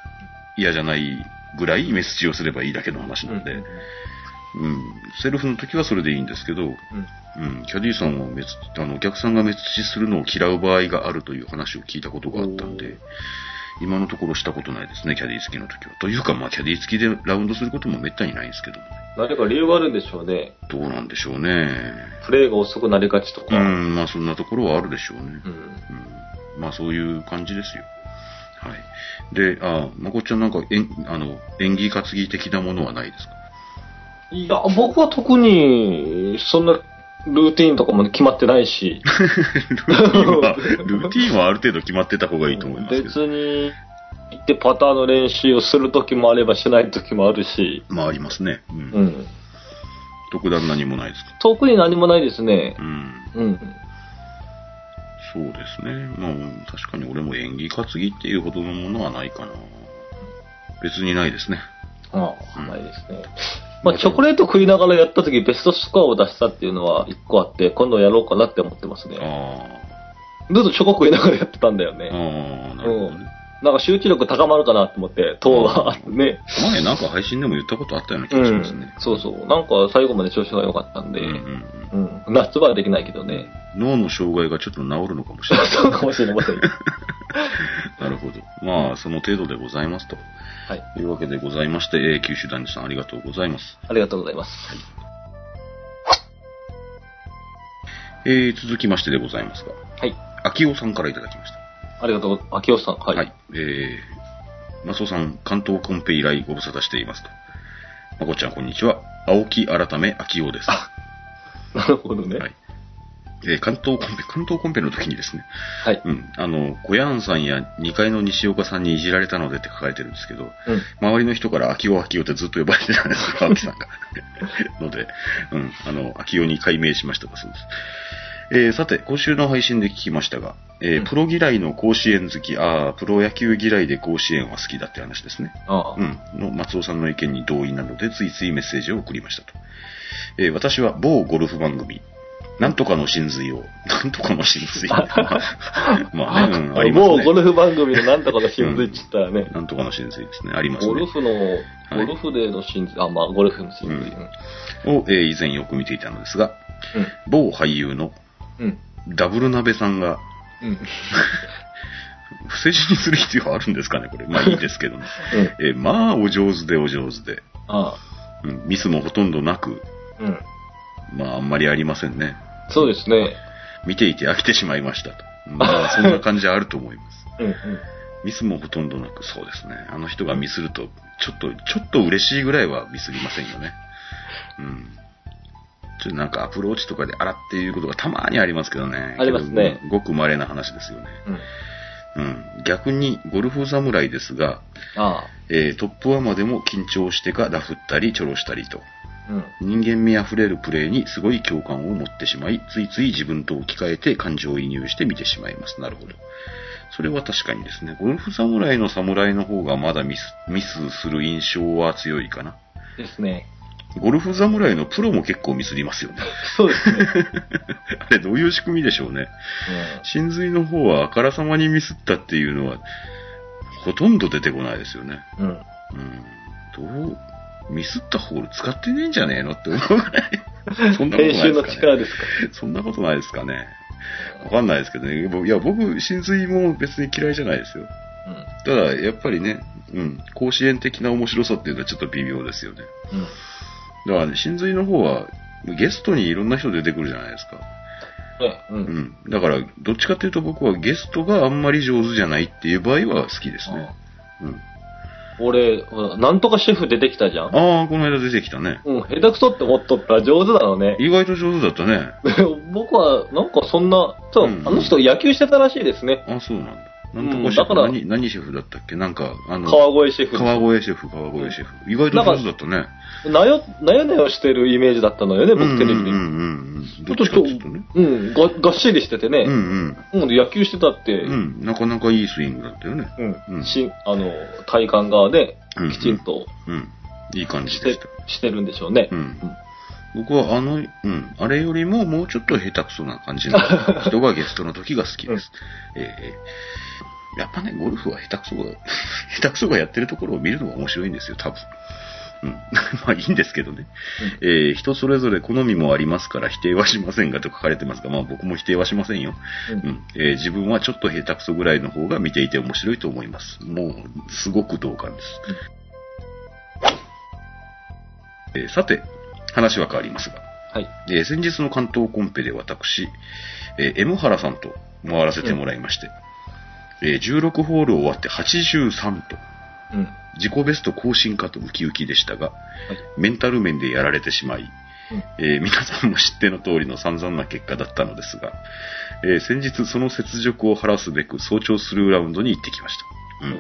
[SPEAKER 2] 嫌じゃないぐらい目土をすればいいだけの話なんで、
[SPEAKER 3] う
[SPEAKER 2] うんん。セルフの時はそれでいいんですけど、
[SPEAKER 3] うん
[SPEAKER 2] うん、キャディーさんは目つあのお客さんが目つちするのを嫌う場合があるという話を聞いたことがあったん
[SPEAKER 3] お
[SPEAKER 2] で
[SPEAKER 3] ー、
[SPEAKER 2] 今のところしたことないですね、キャディー付きの時は。というか、まあ、キャディー付きでラウンドすることもめったにないんですけど、
[SPEAKER 3] 何か理由があるんでしょうね。
[SPEAKER 2] どうなんでしょうね。
[SPEAKER 3] プレイが遅くなりがちと
[SPEAKER 2] う
[SPEAKER 3] か。
[SPEAKER 2] ん、まあ、そんなところはあるでしょうね。
[SPEAKER 3] う
[SPEAKER 2] う
[SPEAKER 3] ん
[SPEAKER 2] ん、まあ、そういう感じですよ。はい。で、あ、まこっちゃんなんか、えんあの、演技担ぎ的なものはないですか
[SPEAKER 3] いや、僕は特に、そんなルーティーンとかも決まってないし、
[SPEAKER 2] ルーティンは、ルーティンはある程度決まってた方がいいと思いますけど。
[SPEAKER 3] 別に行ってパターンの練習をする時もあればしない時もあるし、
[SPEAKER 2] まあ、ありますね。うん。
[SPEAKER 3] うん、
[SPEAKER 2] 特段何もないですか。
[SPEAKER 3] 特に何もないですね
[SPEAKER 2] う。ん。
[SPEAKER 3] うん。
[SPEAKER 2] そうですね。まあ、確かに俺も演技担ぎっていうほどのものはないかな。別にないですね。
[SPEAKER 3] ああ、ないですね。まあ、チョコレート食いながらやった時ベストスコアを出したっていうのは一個あって、今度やろうかなって思ってますね。
[SPEAKER 2] あ
[SPEAKER 3] ずっとチョコ食いながらやってたんだよ
[SPEAKER 2] あ、
[SPEAKER 3] ね。
[SPEAKER 2] ああ、なるほどね。
[SPEAKER 3] なんか集中力高まるかなと思って、糖がね。
[SPEAKER 2] 前なんか配信でも言ったことあったような気
[SPEAKER 3] う
[SPEAKER 2] がします
[SPEAKER 3] ん
[SPEAKER 2] ね。。
[SPEAKER 3] そうそう。なんか最後まで調子が良かったんで、
[SPEAKER 2] うんうんう
[SPEAKER 3] うんん。夏場はできないけどね。
[SPEAKER 2] 脳の障害がちょっと治るのかもしれない。
[SPEAKER 3] そうかもしれません。
[SPEAKER 2] なるほど。まあ、その程度でございますと。
[SPEAKER 3] はい。
[SPEAKER 2] いうわけでございまして、えー九州男児さんありがとうございます。
[SPEAKER 3] ありがとうございます。
[SPEAKER 2] えー続きましてでございますが、
[SPEAKER 3] はい。
[SPEAKER 2] 秋尾さんからいただきました。
[SPEAKER 3] ありがとう。秋吉さん。はい。
[SPEAKER 2] えー、マスオさん、関東コンペ以来ご無沙汰していますと。まこちゃん、こんにちは。青木改め秋尾です。
[SPEAKER 3] あなるほどね。
[SPEAKER 2] は
[SPEAKER 3] はいい。
[SPEAKER 2] えー関東コンペ、関東コンペの時にですね、
[SPEAKER 3] はい
[SPEAKER 2] うん、あの、小屋んさんや2階の西岡さんにいじられたのでって書かれてるんですけど、
[SPEAKER 3] うん
[SPEAKER 2] 周りの人から秋尾秋尾ってずっと呼ばれてたんです よ、青木さんが。ので、うん、あの、秋尾に改名しましたが、そうです。えーさて、今週の配信で聞きましたが、えー
[SPEAKER 3] うん
[SPEAKER 2] プロ嫌いの甲子園好き、ああ、プロ野球嫌いで甲子園は好きだって話ですね。
[SPEAKER 3] ああ。
[SPEAKER 2] うん、の松尾さんの意見に同意なので、ついついメッセージを送りましたと。えー私は某ゴルフ番組、なんとかの真髄を、なんとかの真 髄まあね、うん、あります
[SPEAKER 3] もうゴ
[SPEAKER 2] ね。
[SPEAKER 3] ルフ番組のなんとかの真髄って言ったらね、
[SPEAKER 2] なんとかの真髄ですね、あります
[SPEAKER 3] ゴ
[SPEAKER 2] ね
[SPEAKER 3] ル。フの、ゴルフでの真髄、あ、まあ、ゴルフの真髄。
[SPEAKER 2] うんを、えー以前よく見ていたのですが、某俳優の
[SPEAKER 3] うん。うん。
[SPEAKER 2] ダブル鍋さんが、
[SPEAKER 3] うん。
[SPEAKER 2] 不正字にする必要あるんですかね、これ。まあいいですけど ね。
[SPEAKER 3] うん。
[SPEAKER 2] えーまあ、お上手でお上手で、
[SPEAKER 3] ああ。
[SPEAKER 2] うんミスもほとんどなく、
[SPEAKER 3] うん。
[SPEAKER 2] まああんまりありませんね。
[SPEAKER 3] そうですね。
[SPEAKER 2] 見ていて飽きてしまいましたと。ま あ、そんな感じはあると思います。
[SPEAKER 3] うんうん。
[SPEAKER 2] ミスもほとんどなく、そうですね。あの人がミスると、ちょっと、ちょっと嬉しいぐらいはミスりませんよね。うん。ちょっとなんかアプローチとかであらっていうことがたまにありますけどね。
[SPEAKER 3] ありますね
[SPEAKER 2] けど。ごく稀な話ですよね。
[SPEAKER 3] うん。
[SPEAKER 2] うん。逆に、ゴルフ侍ですが、
[SPEAKER 3] あ
[SPEAKER 2] えートップアマでも緊張してかダフったり、ちょろしたりと。
[SPEAKER 3] あ。うん。
[SPEAKER 2] 人間味あふれるプレーにすごい共感を持ってしまい、ついつい自分と置き換えて感情移入して見てしまいます。なるほど。それは確かにですね、ゴルフ侍の侍の方がまだミスミスする印象は強いかな。
[SPEAKER 3] ですね。
[SPEAKER 2] ゴルフ侍のプロも結構ミスりますよね。
[SPEAKER 3] そうですね。
[SPEAKER 2] あれ、どういう仕組みでしょうね。真髄の方はあからさまにミスったっていうのは、ほとんど出てこないですよね。
[SPEAKER 3] うん。うん。
[SPEAKER 2] うん。どう、ミスったホール使ってねえんじゃねえのって思うぐらい。 そんなこと
[SPEAKER 3] 練
[SPEAKER 2] ないです
[SPEAKER 3] 習の
[SPEAKER 2] かね。
[SPEAKER 3] 力ですか。
[SPEAKER 2] そんなことないですかね。わかんないですけどね。ぼいや、僕、真髄も別に嫌いじゃないですよ。ただ、やっぱりね、うん、甲子園的な面白さっていうのはちょっと微妙ですよね。
[SPEAKER 3] うん。うん。
[SPEAKER 2] だから、ね、真髄の方は、ゲストにいろんな人出てくるじゃないですか。
[SPEAKER 3] ねう。
[SPEAKER 2] うんん。だから、どっちかっていうと僕はゲストがあんまり上手じゃないっていう場合は好きですね。うん。
[SPEAKER 3] 俺、ほらなんとかシェフ出てきたじゃん。
[SPEAKER 2] ああ、この間出てきたね。
[SPEAKER 3] うん、下手くそって思っとったら上手なのね。
[SPEAKER 2] 意外と上手だったね。
[SPEAKER 3] 僕は、なんかそんな、そ
[SPEAKER 2] う
[SPEAKER 3] う、
[SPEAKER 2] ん
[SPEAKER 3] あの人野球してたらしいですね。
[SPEAKER 2] あそうなんだ。なんとかシェフ、
[SPEAKER 3] うんだから
[SPEAKER 2] 何、何シェフだったっけなんか、あの、
[SPEAKER 3] 川越シェフ。
[SPEAKER 2] 川越シェフ、川越シェフ。意外と上手だったね。
[SPEAKER 3] なよ、なよなよしてるイメージだったのよね、
[SPEAKER 2] うん
[SPEAKER 3] 僕テレビで
[SPEAKER 2] うんうんうんうん。どっ
[SPEAKER 3] ちょ
[SPEAKER 2] ち
[SPEAKER 3] っ
[SPEAKER 2] か
[SPEAKER 3] と
[SPEAKER 2] っていうとね。
[SPEAKER 3] うん、ががっしりしてて
[SPEAKER 2] うん
[SPEAKER 3] ね。うん、で野球してたって、
[SPEAKER 2] うん。
[SPEAKER 3] う、
[SPEAKER 2] うんん。なかなかいいスイングだったよね。うん
[SPEAKER 3] しあの、体幹側で、
[SPEAKER 2] うん
[SPEAKER 3] きちんと
[SPEAKER 2] うん。いい感じ
[SPEAKER 3] し
[SPEAKER 2] で
[SPEAKER 3] て
[SPEAKER 2] した。、
[SPEAKER 3] してるんでしょうね
[SPEAKER 2] う。ん。僕はあの、うん。あれよりももうちょっと下手くそな感じの人がゲストの時が好きです。ええやっぱね、ゴルフは下手くそが、 下手くそがやってるところを見るのが面白いんですよ、多分。うん。 まあいいんですけどね。えー人それぞれ好みもありますから否定はしませんがと書かれてますが、まあ僕も否定はしませんよ。
[SPEAKER 3] うん
[SPEAKER 2] うんえー自分はちょっと下手くそぐらいの方が見ていて面白いと思います。もう、すごく同感です。えーさて、話は変わりますが、
[SPEAKER 3] はい。
[SPEAKER 2] えー先日の関東コンペで私、えー、M 原さんと回らせてもらいまして、えー16ホール終わって83と、
[SPEAKER 3] うん。
[SPEAKER 2] 自己ベスト更新かとウキウキでしたが、メンタル面でやられてしまい、えー皆さんも知っての通りの散々な結果だったのですが、えー先日その雪辱を晴らすべく早朝スルーラウンドに行ってきました。うん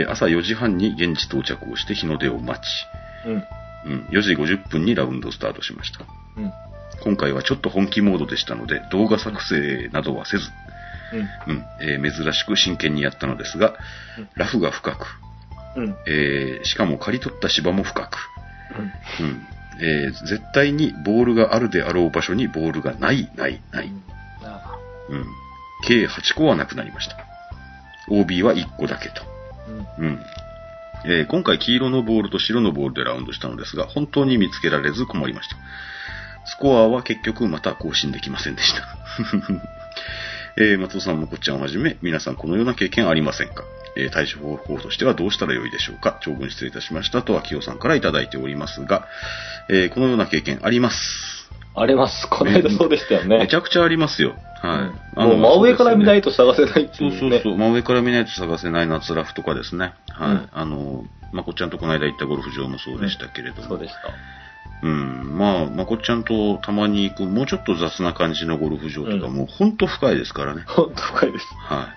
[SPEAKER 2] えー朝4時半に現地到着をして日の出を待ち、
[SPEAKER 3] うん。
[SPEAKER 2] うん、4時50分にラウンドスタートしました。
[SPEAKER 3] うん。うん。
[SPEAKER 2] 今回はちょっと本気モードでしたので、動画作成などはせず、うんえー珍しく真剣にやったのですが
[SPEAKER 3] うん、
[SPEAKER 2] ラフが深く、
[SPEAKER 3] うん。うん。
[SPEAKER 2] えーしかも刈り取った芝も深く、うんえー絶対にボールがあるであろう場所にボールがない、ない、ない。
[SPEAKER 3] あ
[SPEAKER 2] うん、計8個はなくなりました。OB は1個だけと。
[SPEAKER 3] うん。
[SPEAKER 2] うんえー今回黄色のボールと白のボールでラウンドしたのですが、本当に見つけられず困りました。スコアは結局また更新できませんでした。 えー松尾さんもこっちゃんをはじめ、皆さんこのような経験ありませんか、えー対処方法としてはどうしたらよいでしょうか長文失礼いたしましたとは清さんからいただいておりますが、えーこのような経験あります。
[SPEAKER 3] あります。この間そうでしたよね。
[SPEAKER 2] めちゃくちゃありますよ。はい。あ
[SPEAKER 3] も
[SPEAKER 2] の
[SPEAKER 3] う真上から見ない
[SPEAKER 2] と。
[SPEAKER 3] と探せないって
[SPEAKER 2] そ
[SPEAKER 3] いううね。
[SPEAKER 2] そうそう、真上から見ないと探せない夏ラフとかですね。はい。
[SPEAKER 3] うん
[SPEAKER 2] あの、まこっちゃんとこの間行ったゴルフ場もそうでしたけれど
[SPEAKER 3] そ
[SPEAKER 2] も。
[SPEAKER 3] うでした。
[SPEAKER 2] うん。まあ、まこっちゃんとたまに行く、もうちょっと雑な感じのゴルフ場とか、
[SPEAKER 3] うん
[SPEAKER 2] もうほんと深いですからね。
[SPEAKER 3] 本当深いです。
[SPEAKER 2] は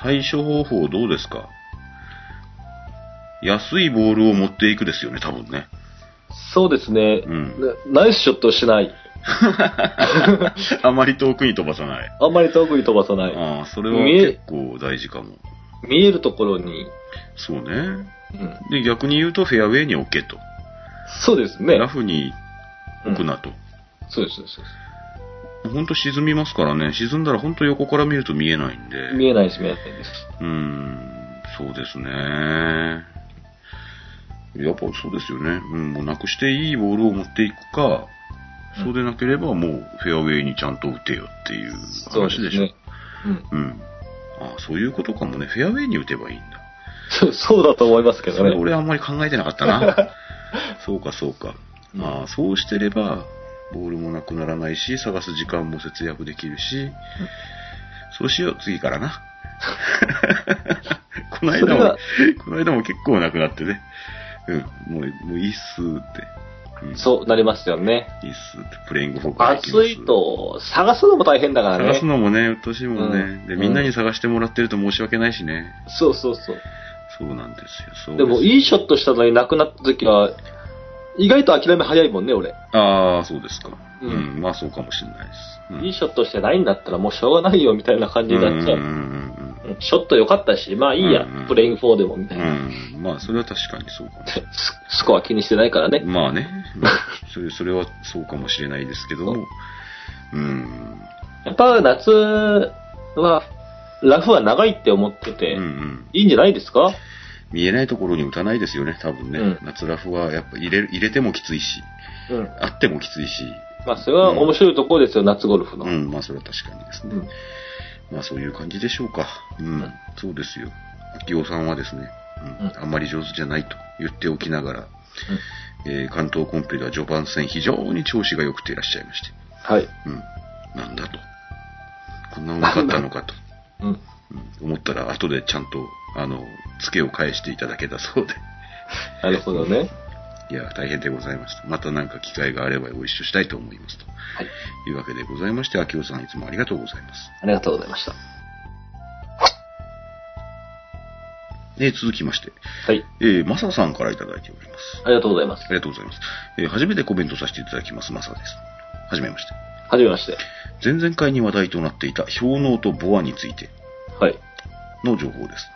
[SPEAKER 2] い。対処方法どうですか安いボールを持っていくですよね、多分ね。
[SPEAKER 3] そうですね。
[SPEAKER 2] うん。
[SPEAKER 3] なナイスショットをしない。
[SPEAKER 2] あまり遠くに飛ばさない。
[SPEAKER 3] あんまり遠くに飛ばさない。
[SPEAKER 2] ああ、それ
[SPEAKER 3] 見え
[SPEAKER 2] は結構大事かも。
[SPEAKER 3] 見えるところに、
[SPEAKER 2] そうね。
[SPEAKER 3] うん、
[SPEAKER 2] で、逆に言うと、フェアウェイに置けと。
[SPEAKER 3] そうですね。
[SPEAKER 2] ラフに置くなと。
[SPEAKER 3] そうです、そうですそうで
[SPEAKER 2] ほんと沈みますからね。沈んだらほんと横から見ると見えないん
[SPEAKER 3] す。見
[SPEAKER 2] で。
[SPEAKER 3] えないし、見えないです。
[SPEAKER 2] うーん、そうですね。やっぱそうですよね。うん、もうなくしていいボールを持っていくか、そうでなければもうフェアウェイにちゃんと打てよっていう
[SPEAKER 3] そう
[SPEAKER 2] 話でしょ。う
[SPEAKER 3] ね。うん
[SPEAKER 2] ん。あそういうことかもね。フェアウェイに打てばいいんだ。
[SPEAKER 3] そう そうだと思いますけ
[SPEAKER 2] そ
[SPEAKER 3] ど
[SPEAKER 2] れ
[SPEAKER 3] ね。
[SPEAKER 2] 俺あんまり考えてなかった な。そうかそうか。
[SPEAKER 3] うん
[SPEAKER 2] ああそうしてれば、ボールもなくならないし、探す時間も節約できるし、そうしよう、次から な。この
[SPEAKER 3] そ
[SPEAKER 2] 間
[SPEAKER 3] れ
[SPEAKER 2] も
[SPEAKER 3] が、
[SPEAKER 2] この間も結構なくなってね。うん、もう、もういいっすって。うん、
[SPEAKER 3] そうなりますよね。
[SPEAKER 2] いいっすって、プレイングフォーク
[SPEAKER 3] 暑い。と、探すのも大変だからね。
[SPEAKER 2] 探すのもね、うっとうしいもんね、
[SPEAKER 3] うん
[SPEAKER 2] で、みんなに探してもらってると申し訳ないしね。
[SPEAKER 3] そうそうそう。
[SPEAKER 2] そうなんですよ。そう
[SPEAKER 3] でも、
[SPEAKER 2] い
[SPEAKER 3] いいショットしたのになくなった時は、意外と諦め早いもんね、俺。
[SPEAKER 2] ああ、そうですか、う。
[SPEAKER 3] うんん
[SPEAKER 2] まあそうかもしれないです。うん
[SPEAKER 3] いいショットしてないんだったらもうしょうがないよみたいな感じになっちゃう。
[SPEAKER 2] うんうんうんうん
[SPEAKER 3] うんショット良かったし、まあいいや、
[SPEAKER 2] うんうん
[SPEAKER 3] プレイング4でもみたいな、
[SPEAKER 2] うん、まあ、それは確かにそうかもしれ
[SPEAKER 3] ス。スコア気にしてないからね。
[SPEAKER 2] ない。まあ ね、まあそれそれはそうかもしれないですけども、うん、
[SPEAKER 3] やっぱ夏は、ラフは長いって思ってて、
[SPEAKER 2] うんうん、
[SPEAKER 3] いいんじゃないですか
[SPEAKER 2] 見えないところに打たないですよね、多分ね。
[SPEAKER 3] うん
[SPEAKER 2] 夏ラフはやっぱ入れる入れてもきついし、
[SPEAKER 3] うん。
[SPEAKER 2] あってもきついし、
[SPEAKER 3] まあそれは面白いところですよ、夏ゴルフの。
[SPEAKER 2] う
[SPEAKER 3] うん。
[SPEAKER 2] ん、まあそれは確かにですね。まあそういう感じでしょうか。うん、
[SPEAKER 3] ん
[SPEAKER 2] そうですよ。秋夫さんはですね、うん
[SPEAKER 3] うん
[SPEAKER 2] あんまり上手じゃないと言っておきながら、えー関東コンペでは序盤戦非常に調子が良くていらっしゃいまして。
[SPEAKER 3] はい。
[SPEAKER 2] うん、なんだと。こんなうまかったのかと、
[SPEAKER 3] うん。
[SPEAKER 2] うん思ったら、後でちゃんと、あの、ツケを返していただけたそうで。
[SPEAKER 3] なるほどね。
[SPEAKER 2] いや、大変でございました。また何か機会があればご一緒したいと思います。と
[SPEAKER 3] はい。
[SPEAKER 2] いうわけでございまして、秋夫さんいつもありがとうございます。
[SPEAKER 3] ありがとうございました。
[SPEAKER 2] えー続きまして、
[SPEAKER 3] はい。
[SPEAKER 2] えーマサさんからいただいております。
[SPEAKER 3] ありがとうございます
[SPEAKER 2] あ。りがとうございます。えー初めてコメントさせていただきます、マサです。はじめまして。
[SPEAKER 3] はじめまして。
[SPEAKER 2] 前々回に話題となっていた氷能とボアについて
[SPEAKER 3] はい。
[SPEAKER 2] の情報です。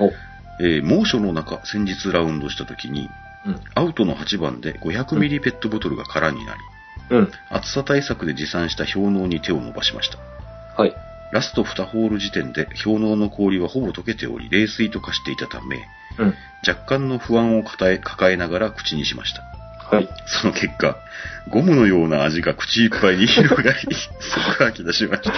[SPEAKER 3] お。
[SPEAKER 2] えー猛暑の中、先日ラウンドした時に、
[SPEAKER 3] うん。
[SPEAKER 2] アウトの8番で500ミリペットボトルが空になり、
[SPEAKER 3] うん。
[SPEAKER 2] 暑さ対策で持参した氷嚢に手を伸ばしました。
[SPEAKER 3] はい。
[SPEAKER 2] ラスト2ホール時点で氷嚢の氷はほぼ溶けており、冷水と化していたため、
[SPEAKER 3] うん。
[SPEAKER 2] 若干の不安を抱え抱えながら口にしました。
[SPEAKER 3] はい。
[SPEAKER 2] その結果、ゴムのような味が口いっぱいに広が り、そこが吐き出しました。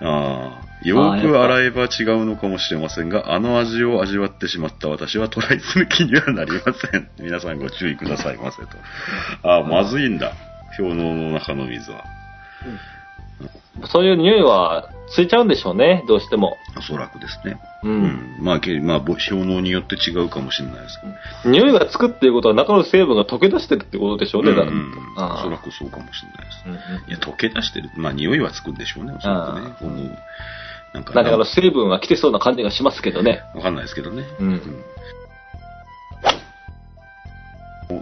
[SPEAKER 2] ああ、よーく洗えば違うのかもしれませんが、あの味を味わってしまった私はトライする気にはなりません。皆さんご注意くださいませと。ああ、まずいんだ。氷嚢の中の水は。
[SPEAKER 3] そういう匂いはついちゃうんでしょうね、どうしても。
[SPEAKER 2] おそらくですね。
[SPEAKER 3] う。
[SPEAKER 2] うんん。まあ、けまあ、ぼ小脳によって違うかもしれないですけど。
[SPEAKER 3] 匂いがつくっていうことは中の成分が溶け出してるってことでしょうね、だから。
[SPEAKER 2] うんうんお
[SPEAKER 3] ああ
[SPEAKER 2] そらくそうかもしれないです。
[SPEAKER 3] うんうん
[SPEAKER 2] いや、溶け出してる。まあ、匂いはつくんでしょうね、おそらくね。思う。なんか、
[SPEAKER 3] なんかあの成分は来てそうな感じがしますけどね。
[SPEAKER 2] わかんないですけどね。
[SPEAKER 3] うん
[SPEAKER 2] うん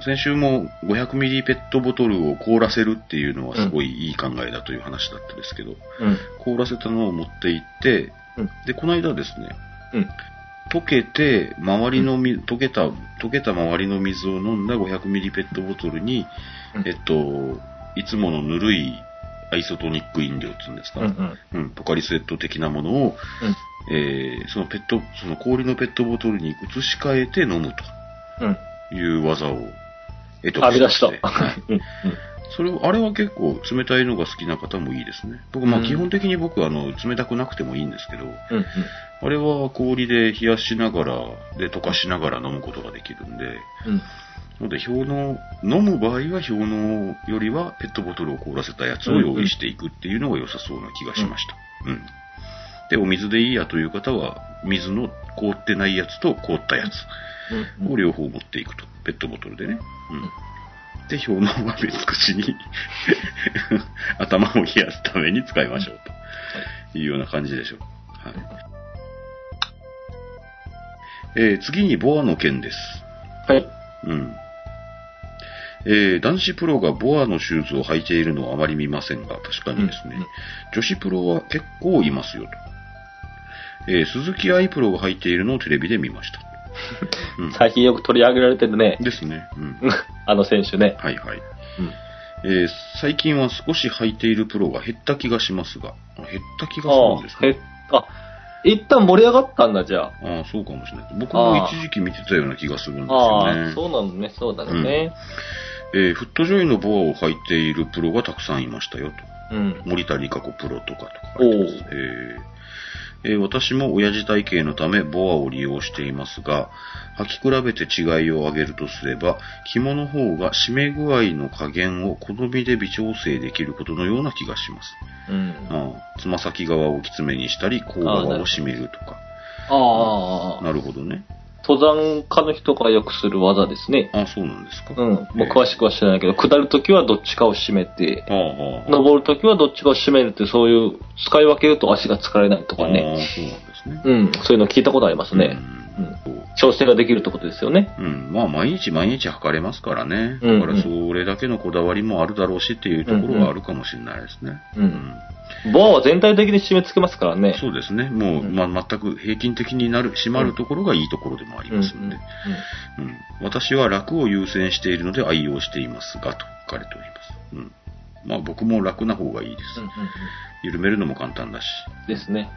[SPEAKER 2] 先週も500ミリペットボトルを凍らせるっていうのはすごいいい考えだという話だったですけど、
[SPEAKER 3] うん。
[SPEAKER 2] 凍らせたのを持って行って、
[SPEAKER 3] うん
[SPEAKER 2] で、この間ですね、
[SPEAKER 3] うん
[SPEAKER 2] 溶けて、周りの水、溶けた、溶けた周りの水を飲んだ500ミリペットボトルに、
[SPEAKER 3] うん
[SPEAKER 2] えっと、いつものぬるいアイソトニック飲料っていうんですか、
[SPEAKER 3] うんうん。
[SPEAKER 2] うん、ポカリスエット的なものを、えーそのペット、その氷のペットボトルに移し替えて飲む
[SPEAKER 3] うん。
[SPEAKER 2] という技を得得
[SPEAKER 3] あび出した。
[SPEAKER 2] してはい
[SPEAKER 3] うん
[SPEAKER 2] それを、あれは結構冷たいのが好きな方もいいですね。僕、まあ
[SPEAKER 3] うん
[SPEAKER 2] 基本的に僕、あの、冷たくなくてもいいんですけど、
[SPEAKER 3] うんうん。
[SPEAKER 2] あれは氷で冷やしながら、で、溶かしながら飲むことができるんで、
[SPEAKER 3] うん。
[SPEAKER 2] なので、氷の、飲む場合は氷のよりはペットボトルを凍らせたやつを用意していくっていうのが良さそうな気がしました。うん。で、お水でいいやという方は、水の凍ってないやつと凍ったやつ
[SPEAKER 3] うん
[SPEAKER 2] を両方持っていくと。ペットボトルでね。うん。で、氷のは別口に 頭を冷やすために使いましょうというような感じでしょう。はい。えー次にボアの件です。
[SPEAKER 3] はい。
[SPEAKER 2] うん。えー男子プロがボアのシューズを履いているのはあまり見ませんが、確かにですね、
[SPEAKER 3] うんうん
[SPEAKER 2] 女子プロは結構いますよと。えー鈴木愛プロが履いているのをテレビで見ま した。うん
[SPEAKER 3] 最近よく取り上げられてるね。
[SPEAKER 2] ですね。うん。
[SPEAKER 3] うんあの選手ね。
[SPEAKER 2] はいはい。
[SPEAKER 3] うん
[SPEAKER 2] えー最近は少し履いているプロが減った気がしますが、あ減った気がするんです
[SPEAKER 3] ああ
[SPEAKER 2] か
[SPEAKER 3] へあ、一旦盛り上がったんだ、じゃあ。
[SPEAKER 2] ああ、そうかもしれない。僕も一時期見てたような気がするんですよね。
[SPEAKER 3] ああ、そうなのね、そうだね。
[SPEAKER 2] えーフットジョイのボアを履いているプロがたくさんいましたよ
[SPEAKER 3] うん
[SPEAKER 2] と。。森田理香子プロとかとか書いてます
[SPEAKER 3] お
[SPEAKER 2] えーえー私も親父体型のためボアを利用していますが、履き比べて違いを挙げるとすれば、紐の方が締め具合の加減を好みで微調整できることのような気がします。
[SPEAKER 3] うん。あ
[SPEAKER 2] ああつま先側をきつめにしたり、甲側を締めるとか。
[SPEAKER 3] あ、
[SPEAKER 2] なるほどね。
[SPEAKER 3] 登山家の人がよくする技ですね。
[SPEAKER 2] ああ、そうなんですか。
[SPEAKER 3] う
[SPEAKER 2] あ
[SPEAKER 3] ん。もう詳しくは知らないけど、下るときはどっちかを締めて、
[SPEAKER 2] あ、ああ、
[SPEAKER 3] 登るときはどっちかを締めるって、そういう、使い分けると足が疲れないと
[SPEAKER 2] ああ、そうな
[SPEAKER 3] か
[SPEAKER 2] ん
[SPEAKER 3] ね。
[SPEAKER 2] ですね。
[SPEAKER 3] うん。そういうの聞いたことありますね。うん
[SPEAKER 2] うんそう
[SPEAKER 3] 調整ができるってことですよね。
[SPEAKER 2] うん、まあ毎日毎日測れますからね。
[SPEAKER 3] うんうん
[SPEAKER 2] だからそれだけのこだわりもあるだろうしっていうところはあるかもしれないですね。
[SPEAKER 3] うんボアは全体的に締め付けますからね。
[SPEAKER 2] そうですね。もう、
[SPEAKER 3] うん
[SPEAKER 2] まあ、全く平均的になる、締まるところがいいところでもありますので、うん私は楽を優先しているので愛用していますが、と書かれております。うん。まあ僕も楽な方がいいです。
[SPEAKER 3] うんうん
[SPEAKER 2] 緩めるのも簡単だし。
[SPEAKER 3] うんですね。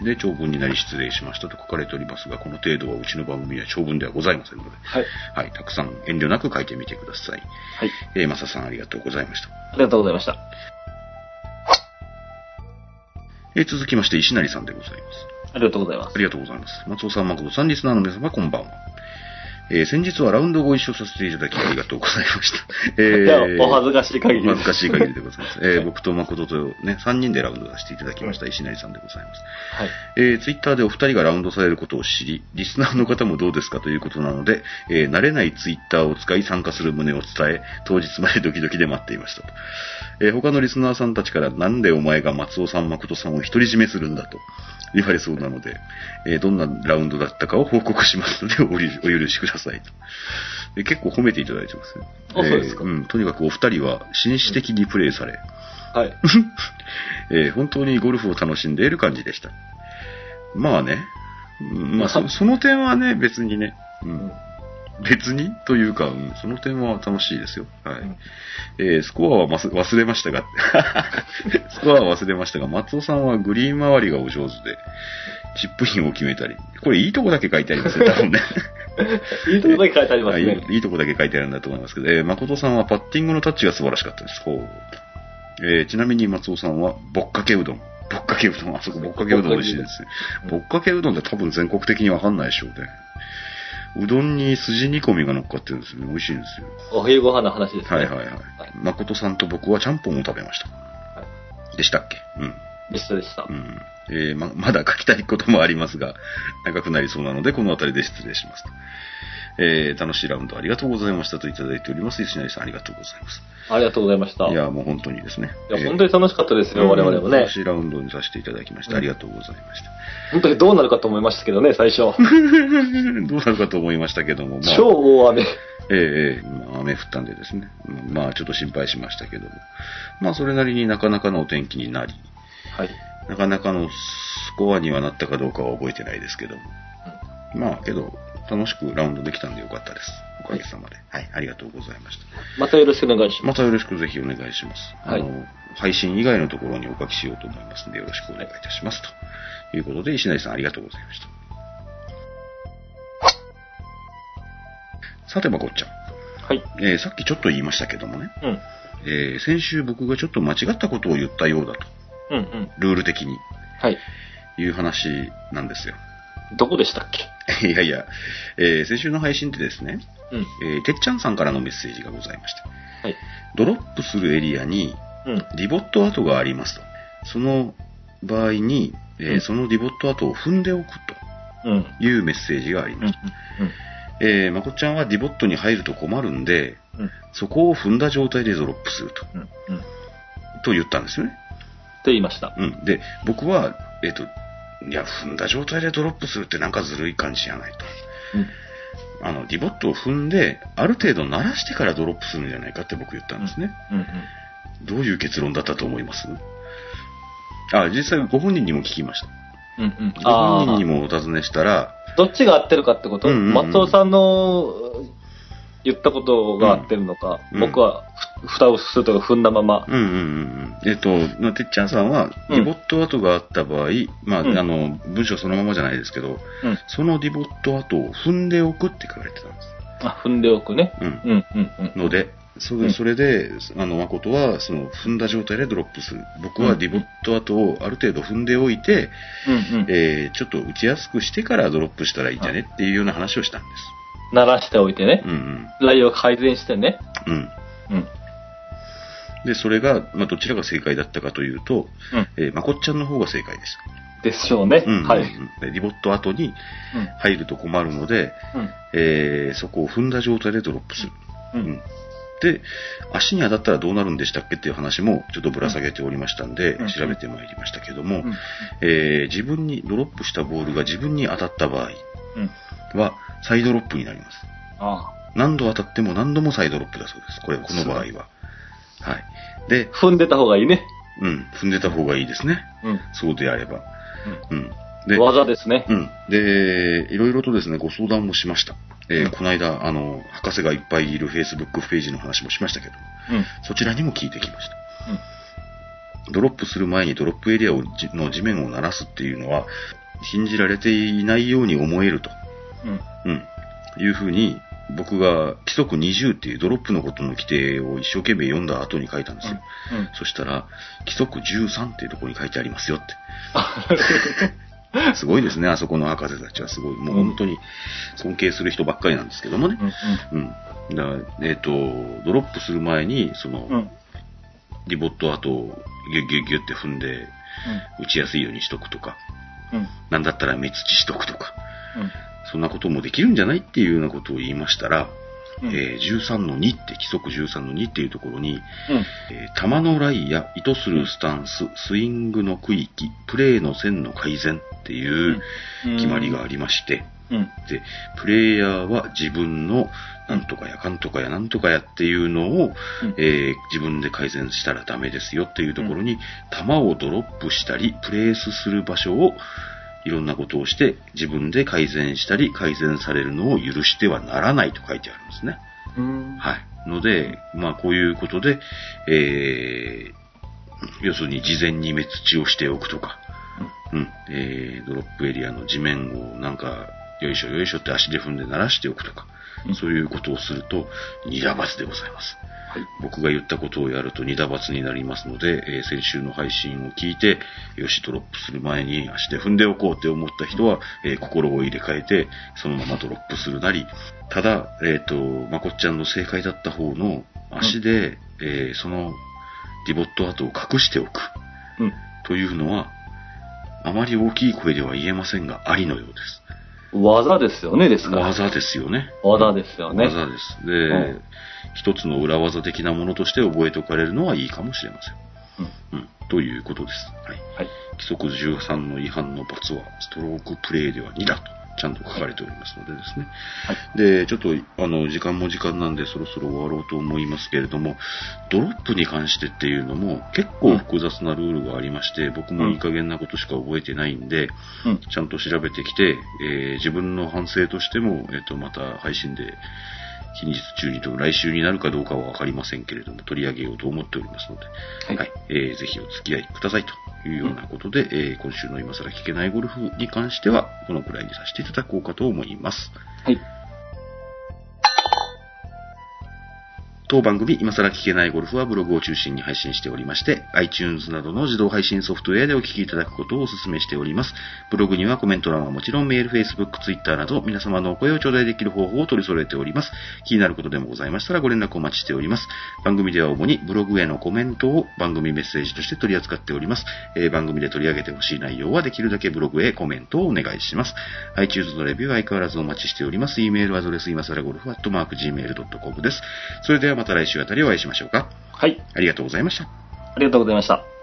[SPEAKER 2] うん、で、長文になり失礼しましたと書かれておりますが、この程度はうちの番組は長文ではございませんので、
[SPEAKER 3] はい。
[SPEAKER 2] はい、たくさん遠慮なく書いてみてください。
[SPEAKER 3] はい。
[SPEAKER 2] えーマサさんありがとうございました。
[SPEAKER 3] ありがとうございました。
[SPEAKER 2] えー続きまして、石成さんでございます。
[SPEAKER 3] ありがとうございます
[SPEAKER 2] あ。りがとうございます。松尾さん、誠さん、リスナーの皆様、こんばんは。えー先日はラウンドご一緒させていただきありがとうございました。え
[SPEAKER 3] いや、お恥ずかしい
[SPEAKER 2] お
[SPEAKER 3] 限りで
[SPEAKER 2] 恥ず。
[SPEAKER 3] す
[SPEAKER 2] かしい限りでございます。えー僕と誠とね、3人でラウンドさせていただきました、石成さんでございます。
[SPEAKER 3] はい。
[SPEAKER 2] えー、ツイッターでお二人がラウンドされることを知り、リスナーの方もどうですかということなので、えー慣れないツイッターを使い参加する旨を伝え、当日までドキドキで待っていましたと。えー他のリスナーさんたちから、なんでお前が松尾さん、誠さんを独り占めするんだと言われそうなので、えーどんなラウンドだったかを報告しますので、 おりお許しくださいと。で結構褒めていただいてますね。
[SPEAKER 3] あそうですか
[SPEAKER 2] えーうん、とにかくお二人は紳士的にプレイされ、
[SPEAKER 3] はい。
[SPEAKER 2] えー本当にゴルフを楽しんでいる感じでした。まあね、うんまあそその点はね、別にね、うん、別にというか、うんその点は楽しいですよ。はい
[SPEAKER 3] うん
[SPEAKER 2] えースコアはます忘れましたが、 スコアは忘れましたが、松尾さんはグリーン周りがお上手で、チップインを決めたり、これいいとこだけ書いてありますよ、多分ね。
[SPEAKER 3] いいとこだけ書いてあります
[SPEAKER 2] はい
[SPEAKER 3] ね。
[SPEAKER 2] いいとこだけ書いてあるんだと思いますけど、えー誠さんはパッティングのタッチが素晴らしかったです。ほうえーちなみに松尾さんは、ぼっかけうどん。ぼっかけうどん、あそこぼっかけうどん美味しいですね。ぼっかけうどんって多分全国的にわかんないでしょうね。うどんに筋煮込みが乗っかってるんですよね。美味しいんですよ。
[SPEAKER 3] お昼ご飯の話ですね。
[SPEAKER 2] はいはいはい。誠さんと僕はちゃんぽんを食べました。でしたっけうん。
[SPEAKER 3] でしたでした
[SPEAKER 2] う。ん。えーま、 まだ書きたいこともありますが、長くなりそうなので、この辺りで失礼しますと。えー楽しいラウンドありがとうございましたといただいております。石成さんありがとうございます。
[SPEAKER 3] ありがとうございました。
[SPEAKER 2] い
[SPEAKER 3] いや、
[SPEAKER 2] や、もう本当にですね。
[SPEAKER 3] 本当に楽しかったですよ、我々もね
[SPEAKER 2] 楽。しいラウンドにさせていただきまして、ありがとうございました。
[SPEAKER 3] 本当にどうなるかと思いましたけどね、最初。
[SPEAKER 2] どうなるかと思いましたけども、まあ、
[SPEAKER 3] 超大雨。
[SPEAKER 2] ええええまあ雨降ったんでですね、うんまあちょっと心配しましたけども、まあそれなりになかなかのお天気になり、
[SPEAKER 3] はい。
[SPEAKER 2] なかなかのスコアにはなったかどうかは覚えてないですけども、まあけど、楽しくラウンドできたんでよかったです。おかげさまで。はい、ありがとうございました。
[SPEAKER 3] またよろしくお願いしま
[SPEAKER 2] またよろしくぜひお願いします。
[SPEAKER 3] はい
[SPEAKER 2] あの、配信以外のところにお書きしようと思いますので、よろしくお願いいたします。ということで、石成さんありがとうございました。さて、まこっちゃん。
[SPEAKER 3] す。はい。
[SPEAKER 2] えーさっきちょっと言いましたけどもね、
[SPEAKER 3] うん。
[SPEAKER 2] えー先週僕がちょっと間違ったことを言ったようだと、
[SPEAKER 3] うんうん。
[SPEAKER 2] ルール的に
[SPEAKER 3] はい。
[SPEAKER 2] いう話なんですよ。
[SPEAKER 3] どこでしたっけ
[SPEAKER 2] いやいや、えー先週の配信でですね、
[SPEAKER 3] うん。
[SPEAKER 2] えーてっちゃんさんからのメッセージがございました。
[SPEAKER 3] はい。
[SPEAKER 2] ドロップするエリアに
[SPEAKER 3] うん。
[SPEAKER 2] リボット跡がありますと。その場合に、えー
[SPEAKER 3] うん
[SPEAKER 2] そのリボット跡を踏んでおく
[SPEAKER 3] うん。
[SPEAKER 2] というメッセージがあり
[SPEAKER 3] うん。う
[SPEAKER 2] まし
[SPEAKER 3] ん
[SPEAKER 2] た。えーまこっちゃんはリボットに入ると困るんで、
[SPEAKER 3] うん。
[SPEAKER 2] そこを踏んだ状態でドロップすると、
[SPEAKER 3] うん。うん。って
[SPEAKER 2] と言ったんですよね。
[SPEAKER 3] 言いました。
[SPEAKER 2] うん。で、僕は、えっ、と、いや、踏んだ状態でドロップするってなんかずるい感じじゃないと。
[SPEAKER 3] うん。
[SPEAKER 2] あの、リボットを踏んで、ある程度鳴らしてからドロップするんじゃないかって僕言ったんですね。
[SPEAKER 3] うん。うん。
[SPEAKER 2] どういう結論だったと思いますあ、実際ご本人にも聞きました。
[SPEAKER 3] うん。うん。
[SPEAKER 2] ご本人
[SPEAKER 3] あ
[SPEAKER 2] にもお尋ねしたら、
[SPEAKER 3] あ。どっちが合ってるかってこと
[SPEAKER 2] うんうんうん
[SPEAKER 3] 松尾さんの言ったことが合ってるのか、
[SPEAKER 2] うん
[SPEAKER 3] 僕はふ蓋をするとか踏んだまま。
[SPEAKER 2] うんうんうんうん。えっと、まあてっちゃんさんは、
[SPEAKER 3] うん
[SPEAKER 2] リボット跡があった場合、まあ、
[SPEAKER 3] うん
[SPEAKER 2] あの、文章そのままじゃないですけど、
[SPEAKER 3] うん。
[SPEAKER 2] そのリボット跡を踏んでおくって書かれてたんです。
[SPEAKER 3] あ、踏んでおくね。
[SPEAKER 2] うん。
[SPEAKER 3] うん。うん。うん。
[SPEAKER 2] ので、そ
[SPEAKER 3] うん
[SPEAKER 2] れそれで、あの、誠は、その、踏んだ状態でドロップする。僕は
[SPEAKER 3] うん
[SPEAKER 2] リボット跡をある程度踏んでおいて、
[SPEAKER 3] うん。うん。
[SPEAKER 2] えーちょっと打ちやすくしてからドロップしたらいいんじゃねっていうような話をしたんで
[SPEAKER 3] 鳴らしておいてね
[SPEAKER 2] す。。うん
[SPEAKER 3] ラインを改善してね。
[SPEAKER 2] うん。うん。
[SPEAKER 3] うん。
[SPEAKER 2] で、それが、まあ、どちらが正解だったかというと、
[SPEAKER 3] うん。
[SPEAKER 2] えーまこっちゃんの方が正解です。
[SPEAKER 3] でしょうね。
[SPEAKER 2] うん、
[SPEAKER 3] はい。う
[SPEAKER 2] うんでリボット後に
[SPEAKER 3] ん。
[SPEAKER 2] 入ると困るので、
[SPEAKER 3] うん。
[SPEAKER 2] えーそこを踏んだ状態でドロップする。
[SPEAKER 3] う
[SPEAKER 2] うん
[SPEAKER 3] ん。
[SPEAKER 2] で、足に当たったらどうなるんでしたっけっていう話もちょっとぶら下げておりましたんで
[SPEAKER 3] うん、
[SPEAKER 2] 調べてまいりましたけども、
[SPEAKER 3] うん。
[SPEAKER 2] えー自分に、ドロップしたボールが自分に当たった場
[SPEAKER 3] うん。
[SPEAKER 2] 合は、サイドロップになります。
[SPEAKER 3] あ
[SPEAKER 2] 何度当たっても何度もサイドロップだそうです。これ、この場合は。はい。で
[SPEAKER 3] あ。、踏んでた方がいいね。
[SPEAKER 2] うん、踏んでた方がいいですね。
[SPEAKER 3] うん。
[SPEAKER 2] そうであれば。うん。で、
[SPEAKER 3] 技ですね。
[SPEAKER 2] うん。で、いろいろとですね、ご相談もしました。えー
[SPEAKER 3] うん
[SPEAKER 2] この間、あの、博士がいっぱいいる Facebook ページの話もしましたけど、
[SPEAKER 3] うん。うん。
[SPEAKER 2] そちらにも聞いてきました。ドロップする前にドロップエリアをじの地面を鳴らすっていうのは、信じられていないように思えると、
[SPEAKER 3] うん。
[SPEAKER 2] うん、いうふうに、僕が規則20っていうドロップのことの規定を一生懸命読んだ後に書いたんですよ。
[SPEAKER 3] うん。
[SPEAKER 2] そしたら、規則13っていうところに書いてありますよって。すごいですね、あそこの博士たちはすごい。もう本当に尊敬する人ばっかりなんですけどもね。うん。だからえっ、と、ドロップする前に、その、
[SPEAKER 3] うん。うん。
[SPEAKER 2] リボット跡をギュッギュッギュッって踏んで、打ちやすいようにしとくとか、
[SPEAKER 3] うん。
[SPEAKER 2] なんだったら目利きしとくとか、そんなこともできるんじゃないっていうようなことを言いましたら、
[SPEAKER 3] うん。
[SPEAKER 2] えー13の2って、規則13の2っていうところに、
[SPEAKER 3] うん。
[SPEAKER 2] えー球のライや意図するスタンス、スイングの区域、プレーの線の改善っていう
[SPEAKER 3] うん
[SPEAKER 2] 決まりがありまして、
[SPEAKER 3] うん。
[SPEAKER 2] で、プレイヤーは自分のなんとかやかんとかやなんとかやっていうのを、
[SPEAKER 3] うん
[SPEAKER 2] えー自分で改善したらダメですよっていうところに、球をドロップしたり、プレースする場所をいろんなことをして自分で改善したり、改善されるのを許してはならないと書いてありますね。
[SPEAKER 3] うん。
[SPEAKER 2] はい。ので、まあこういうことで、えー、要するに事前に目利きをしておくとか、うん、えー、ドロップエリアの地面をなんか、よいしょよいしょって足で踏んで鳴らしておくとか
[SPEAKER 3] うん、
[SPEAKER 2] そういうことをすると、二打罰でございます。
[SPEAKER 3] い
[SPEAKER 2] 僕が言ったことをやると二打罰になりますので、えー先週の配信を聞いて、よし、ドロップする前に足で踏んでおこうって思った人は、えー心を入れ替えて、そのままドロップするなり、ただ、えっ、と、まこっちゃんの正解だった方の足で、えーそのリボット跡を隠しておく。
[SPEAKER 3] うん。
[SPEAKER 2] というのは、あまり大きい声では言えませんが、ありのようです。
[SPEAKER 3] 技ですよね、ですから。
[SPEAKER 2] 技ですよね。
[SPEAKER 3] 技ですよね。
[SPEAKER 2] 技です。で、
[SPEAKER 3] うん
[SPEAKER 2] 一つの裏技的なものとして覚えておかれるのはいいかもしれません。うん、ということです。はい。
[SPEAKER 3] はい。
[SPEAKER 2] 規則13の違反の罰は、ストロークプレイでは2だと、ちゃんと書かれておりますのでですね。
[SPEAKER 3] はい
[SPEAKER 2] で、ちょっと、あの、時間も時間なんで、そろそろ終わろうと思いますけれども、ドロップに関してっていうのも、結構複雑なルールがありまして、僕もいい加減なことしか覚えてないんで、
[SPEAKER 3] うん。
[SPEAKER 2] ちゃんと調べてきて、えー自分の反省としても、えっ、と、また配信で、近日中にと来週になるかどうかはわかりませんけれども、取り上げようと思っておりますので、
[SPEAKER 3] はい
[SPEAKER 2] はい、えーぜひお付き合いくださいというようなことで、えー今週の今更聞けないゴルフに関しては、このくらいにさせていただこうかと思います。
[SPEAKER 3] はい。
[SPEAKER 2] 当番組、今更聞けないゴルフはブログを中心に配信しておりまして、iTunes などの自動配信ソフトウェアでお聞きいただくことをお勧めしております。ブログにはコメント欄はもちろんメール、Facebook、Twitter など皆様のお声を頂戴できる方法を取り揃えております。気になることでもございましたらご連絡お待ちしております。番組では主にブログへのコメントを番組メッセージとして取り扱っております。えー番組で取り上げてほしい内容はできるだけブログへコメントをお願いします。iTunes のレビューは相変わらずお待ちしております。e メールアドレス今更ゴルフアットマーク Gmail.com です。それではまた来週あたりお会いしましょうか。
[SPEAKER 3] はい。
[SPEAKER 2] ありがとうございました。
[SPEAKER 3] ありがとうございました。